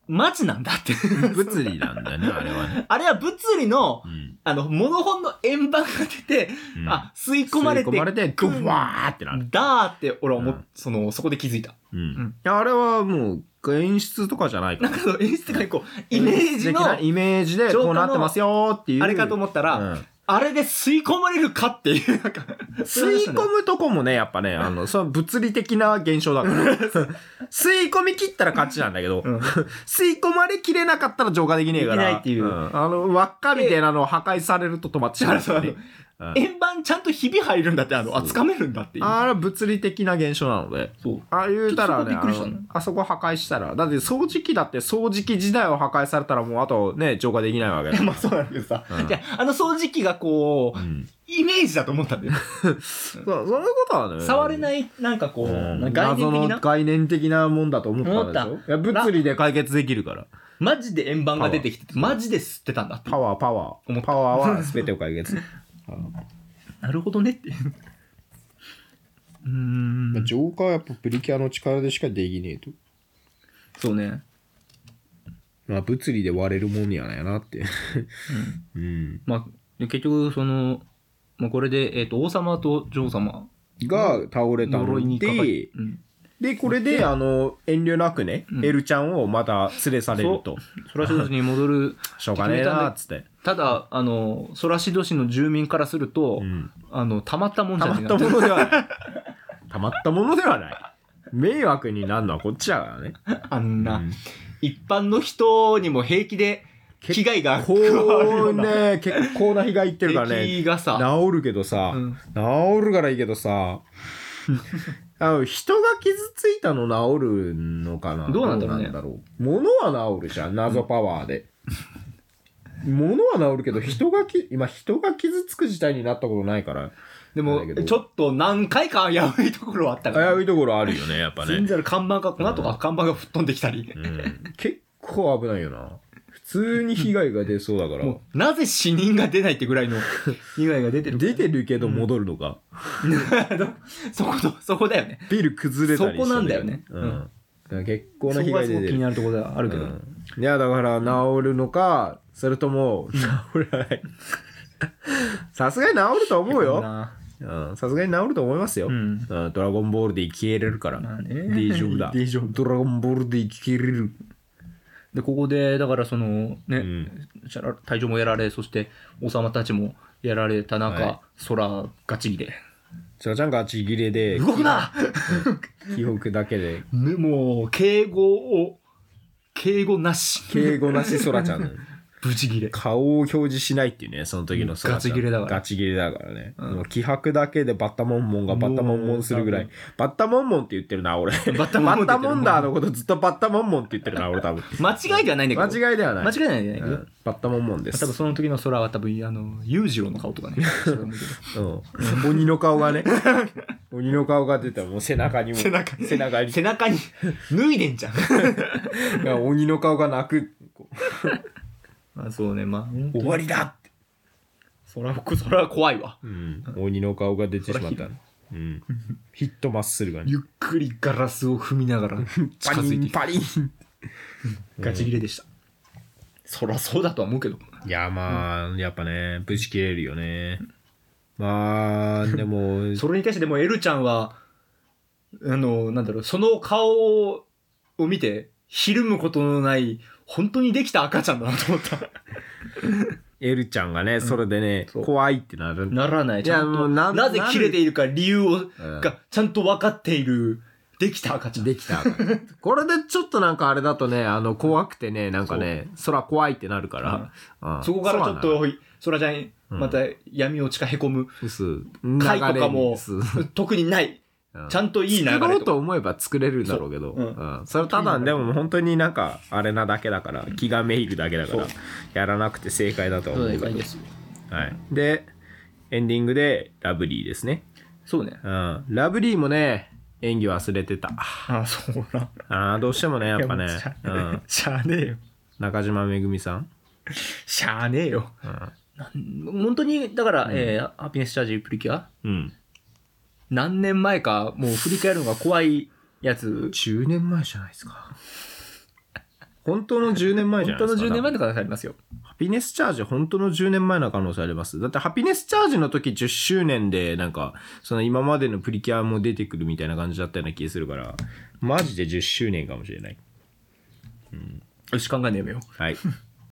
[SPEAKER 1] マジなんだ って。
[SPEAKER 2] あ、物理なんだよね、あれはね。
[SPEAKER 1] あれは物理の、
[SPEAKER 2] うん
[SPEAKER 1] あの、モノホンの円盤が出て、
[SPEAKER 2] うん
[SPEAKER 1] あ、吸い込まれて、
[SPEAKER 2] 吸い込まれてグワーってなる、
[SPEAKER 1] だーって、俺は思っ
[SPEAKER 2] うん
[SPEAKER 1] その、そこで気づいた。
[SPEAKER 2] うん
[SPEAKER 1] ん
[SPEAKER 2] いやあれはもう演出とかじゃない
[SPEAKER 1] な
[SPEAKER 2] から
[SPEAKER 1] んかその演出がこう、イメージの、
[SPEAKER 2] 素敵なイメージでこうなってますよーっていう
[SPEAKER 1] あれかと思ったら、
[SPEAKER 2] うん
[SPEAKER 1] あれで吸い込まれるかっていう、なんか、
[SPEAKER 2] 吸い込むとこもねやっぱねあのその物理的な現象だから 吸い込み切ったら勝ちなんだけど、
[SPEAKER 1] うん
[SPEAKER 2] 吸い込まれきれなかったら浄化できねえから
[SPEAKER 1] できないっていうん
[SPEAKER 2] あの輪っかみたいなのを破壊されると止まってしまう からね、うん
[SPEAKER 1] 円盤ちゃんとひび入るんだって、あの、あ、掴めるんだっていう。
[SPEAKER 2] あれは物理的な現象なので
[SPEAKER 1] そう。
[SPEAKER 2] ああいうたら
[SPEAKER 1] ち
[SPEAKER 2] ね
[SPEAKER 1] ょっとそこびっく
[SPEAKER 2] あ
[SPEAKER 1] りしたね
[SPEAKER 2] のあそこ破壊したらだって掃除機だって掃除機自体を破壊されたらもうあとね浄化できないわけだ
[SPEAKER 1] まあそうなんだけどさ、
[SPEAKER 2] うん
[SPEAKER 1] じゃあ、あの掃除機がこう、
[SPEAKER 2] うん
[SPEAKER 1] イメージだと思ったんだよ。
[SPEAKER 2] そうそういうことはね
[SPEAKER 1] 触れないい、なんかこう、なんか概
[SPEAKER 2] 謎
[SPEAKER 1] 念的
[SPEAKER 2] の
[SPEAKER 1] な、
[SPEAKER 2] 概念的なもんだと思ったん
[SPEAKER 1] 思
[SPEAKER 2] で
[SPEAKER 1] っ
[SPEAKER 2] しょいや物理で解決できるから
[SPEAKER 1] マジで円盤が出てきてて、マジで吸ってたんだって。
[SPEAKER 2] パワーパワ
[SPEAKER 1] 思
[SPEAKER 2] ー
[SPEAKER 1] った
[SPEAKER 2] パワ ーは全てを解決
[SPEAKER 1] なるほどねっていう。うーん。
[SPEAKER 2] 浄化はやっぱプリキュアの力でしかできねえと
[SPEAKER 1] そうね。
[SPEAKER 2] まあ 物理で割れるもんやないなってうん
[SPEAKER 1] まあ、で結局、その、もうこれで、えっと王様と女王様
[SPEAKER 2] が倒れた
[SPEAKER 1] 呪い
[SPEAKER 2] の
[SPEAKER 1] にかか
[SPEAKER 2] で
[SPEAKER 1] り、うん、
[SPEAKER 2] で、これで、あの、遠慮なくね
[SPEAKER 1] う、ん
[SPEAKER 2] エルちゃんをまた連れ去れると。
[SPEAKER 1] ソラシド市に戻る
[SPEAKER 2] しょうがねえな、つって。
[SPEAKER 1] ただあのソラシド市の住民からすると、
[SPEAKER 2] うん
[SPEAKER 1] あのたまったもんじ
[SPEAKER 2] た
[SPEAKER 1] ゃな
[SPEAKER 2] ま
[SPEAKER 1] い
[SPEAKER 2] ったものではない。 たまったものではない。迷惑になるのはこっちだからね。
[SPEAKER 1] あんな、
[SPEAKER 2] うん
[SPEAKER 1] 一般の人にも平気で危害が加
[SPEAKER 2] こ
[SPEAKER 1] わるよ
[SPEAKER 2] う
[SPEAKER 1] うな
[SPEAKER 2] ね、結構な被害いってるからね。
[SPEAKER 1] 敵がさ、
[SPEAKER 2] 治るけどさ、
[SPEAKER 1] うん
[SPEAKER 2] 治るからいいけ どさあの人が傷ついたの治るのかな
[SPEAKER 1] どうなんだろうね
[SPEAKER 2] どう物は治るじゃん謎パワーで、物は治るけど人がき今人が傷つく事態になったことないから
[SPEAKER 1] で
[SPEAKER 2] な
[SPEAKER 1] も
[SPEAKER 2] んだけど
[SPEAKER 1] ちょっと何回か危ういところはあったから
[SPEAKER 2] 危ういところあるよねやっぱ
[SPEAKER 1] 全
[SPEAKER 2] ね、
[SPEAKER 1] 然ある看板がこの後が看板が吹っ飛んできたり
[SPEAKER 2] う、ん、結構危ないよな普通に被害が出そうだから
[SPEAKER 1] もうなぜ死人が出ないってぐらいの 被害が出てる
[SPEAKER 2] 出てるけど戻るのか、
[SPEAKER 1] そこのそこだよね
[SPEAKER 2] ビル崩れたりして
[SPEAKER 1] そこなんだよね
[SPEAKER 2] う
[SPEAKER 1] うんん、
[SPEAKER 2] だから結
[SPEAKER 1] そ
[SPEAKER 2] 構
[SPEAKER 1] こがす
[SPEAKER 2] な被
[SPEAKER 1] ごく
[SPEAKER 2] 害
[SPEAKER 1] 気
[SPEAKER 2] 出てる
[SPEAKER 1] になるところではあるけど、
[SPEAKER 2] うんいやだから治るのかそれとも治らないさすがに治ると思う
[SPEAKER 1] こん
[SPEAKER 2] よ
[SPEAKER 1] な
[SPEAKER 2] うんさすがに治ると思いますよ、
[SPEAKER 1] うん
[SPEAKER 2] うんドラゴンボールで生きれるから、
[SPEAKER 1] まあね
[SPEAKER 2] 大丈夫だ
[SPEAKER 1] 大丈夫
[SPEAKER 2] ドラゴンボールで生きれる、
[SPEAKER 1] でここでだからそのね、
[SPEAKER 2] ん
[SPEAKER 1] シャラ隊長もやられそして王様たちもやられた中、
[SPEAKER 2] はい
[SPEAKER 1] 空ガチギレ
[SPEAKER 2] ちゃちゃんがちぎれで
[SPEAKER 1] 動くな、
[SPEAKER 2] 記憶だけで
[SPEAKER 1] ね、もう敬語を敬語なし
[SPEAKER 2] 敬語なしそらちゃん
[SPEAKER 1] ブチギレ
[SPEAKER 2] 顔を表示しないっていうねその時のそらちゃ
[SPEAKER 1] ガチ
[SPEAKER 2] ん
[SPEAKER 1] ギレだから
[SPEAKER 2] ガチギレだからね、
[SPEAKER 1] うん
[SPEAKER 2] もう気迫だけでバッタモンモンがバッタモンモンするぐらい
[SPEAKER 1] も
[SPEAKER 2] バッタモンモンって言ってるな俺
[SPEAKER 1] バッタモ
[SPEAKER 2] バ
[SPEAKER 1] ンモン
[SPEAKER 2] ッ
[SPEAKER 1] って言
[SPEAKER 2] タ
[SPEAKER 1] ってる
[SPEAKER 2] モンダーのことずっとバッタモンモンって言ってるな、俺多分。
[SPEAKER 1] 間違いではないんだけど
[SPEAKER 2] 間違いではない。
[SPEAKER 1] 間違いではないんだけど、
[SPEAKER 2] うんバッタモンモンで
[SPEAKER 1] 多
[SPEAKER 2] す
[SPEAKER 1] 分。その時の空は多分あの裕次郎の顔とか ねそう思うけど
[SPEAKER 2] うん鬼の顔 がね、鬼の顔が出たもう背中にも。
[SPEAKER 1] 背中
[SPEAKER 2] 背中に。
[SPEAKER 1] 背中 に脱いでんじゃん
[SPEAKER 2] いや鬼の顔が泣く。こう
[SPEAKER 1] まあそうねまあ
[SPEAKER 2] 終わりだって。
[SPEAKER 1] 空空は怖いわ
[SPEAKER 2] うん鬼の顔が出てしまったの。うんヒットマッスルがね。
[SPEAKER 1] ゆっくりガラスを踏みな がら 近づ
[SPEAKER 2] パリ
[SPEAKER 1] いてい
[SPEAKER 2] ン
[SPEAKER 1] く
[SPEAKER 2] パリン。
[SPEAKER 1] ガチ切れでした、そらそうだとは思うけど
[SPEAKER 2] いや、まあ、やっぱね、ぶち切れるよね。まあ、でも、
[SPEAKER 1] それに対してでもエルちゃんはあのなんだろうその顔を見てひるむことのない本当にできた赤ちゃんだなと思った
[SPEAKER 2] エルちゃんがね、それでね、
[SPEAKER 1] そう
[SPEAKER 2] 怖いってなる。
[SPEAKER 1] ならない
[SPEAKER 2] い
[SPEAKER 1] ちゃ
[SPEAKER 2] や
[SPEAKER 1] ん
[SPEAKER 2] も
[SPEAKER 1] と
[SPEAKER 2] う
[SPEAKER 1] な
[SPEAKER 2] なん
[SPEAKER 1] ぜ切れているか理由を、
[SPEAKER 2] うん
[SPEAKER 1] がちゃんと分かっているできた赤ちゃん
[SPEAKER 2] できた。これでちょっとなんかあれだとね、あの、怖くてね、なんかね、空怖いってなるから。うん
[SPEAKER 1] そこからちょっ、とそらちゃんまた闇落ちかへこむ、
[SPEAKER 2] そうな
[SPEAKER 1] 回
[SPEAKER 2] ん
[SPEAKER 1] とかも
[SPEAKER 2] 流れにそう
[SPEAKER 1] 特にない
[SPEAKER 2] うん
[SPEAKER 1] ちゃんといい流れ
[SPEAKER 2] 作ろう
[SPEAKER 1] と
[SPEAKER 2] と思えば作れるんだろうけど、
[SPEAKER 1] そう
[SPEAKER 2] う
[SPEAKER 1] うん
[SPEAKER 2] んそれただ、でも本当になんか、あれなだけだから、気がめいるだけだから
[SPEAKER 1] そう、
[SPEAKER 2] やらなくて正解だとは
[SPEAKER 1] そう
[SPEAKER 2] 思う
[SPEAKER 1] だ
[SPEAKER 2] け
[SPEAKER 1] よ
[SPEAKER 2] ど。
[SPEAKER 1] いい
[SPEAKER 2] は
[SPEAKER 1] です
[SPEAKER 2] い。で、エンディングで、ラブリーですね。
[SPEAKER 1] そうね
[SPEAKER 2] うん。ラブリーもね、演技忘れてた。
[SPEAKER 1] ああそうな
[SPEAKER 2] あーどうしてもね、やっぱね
[SPEAKER 1] い、や
[SPEAKER 2] う、
[SPEAKER 1] もうんしゃあねえよ
[SPEAKER 2] 中島めぐみさん。
[SPEAKER 1] しゃあねえよなん本当にだから、えーハピネスチャージプリキュア
[SPEAKER 2] うん。
[SPEAKER 1] 何年前かもう振り返るのが怖いやつ
[SPEAKER 2] 10年前じゃないですか。本当の10年前じゃ
[SPEAKER 1] 本
[SPEAKER 2] な
[SPEAKER 1] 当
[SPEAKER 2] いで
[SPEAKER 1] の
[SPEAKER 2] すか。
[SPEAKER 1] 10年前
[SPEAKER 2] 多
[SPEAKER 1] の
[SPEAKER 2] 分
[SPEAKER 1] 可能性ありますよ
[SPEAKER 2] ハピネスチャージ、本当の10年前の可能性あります。だって、ハピネスチャージの時10周年で、なんか、その今までのプリキュアも出てくるみたいな感じだったような気がするから、マジで10周年かもしれない。
[SPEAKER 1] よし考えねえよ
[SPEAKER 2] はい。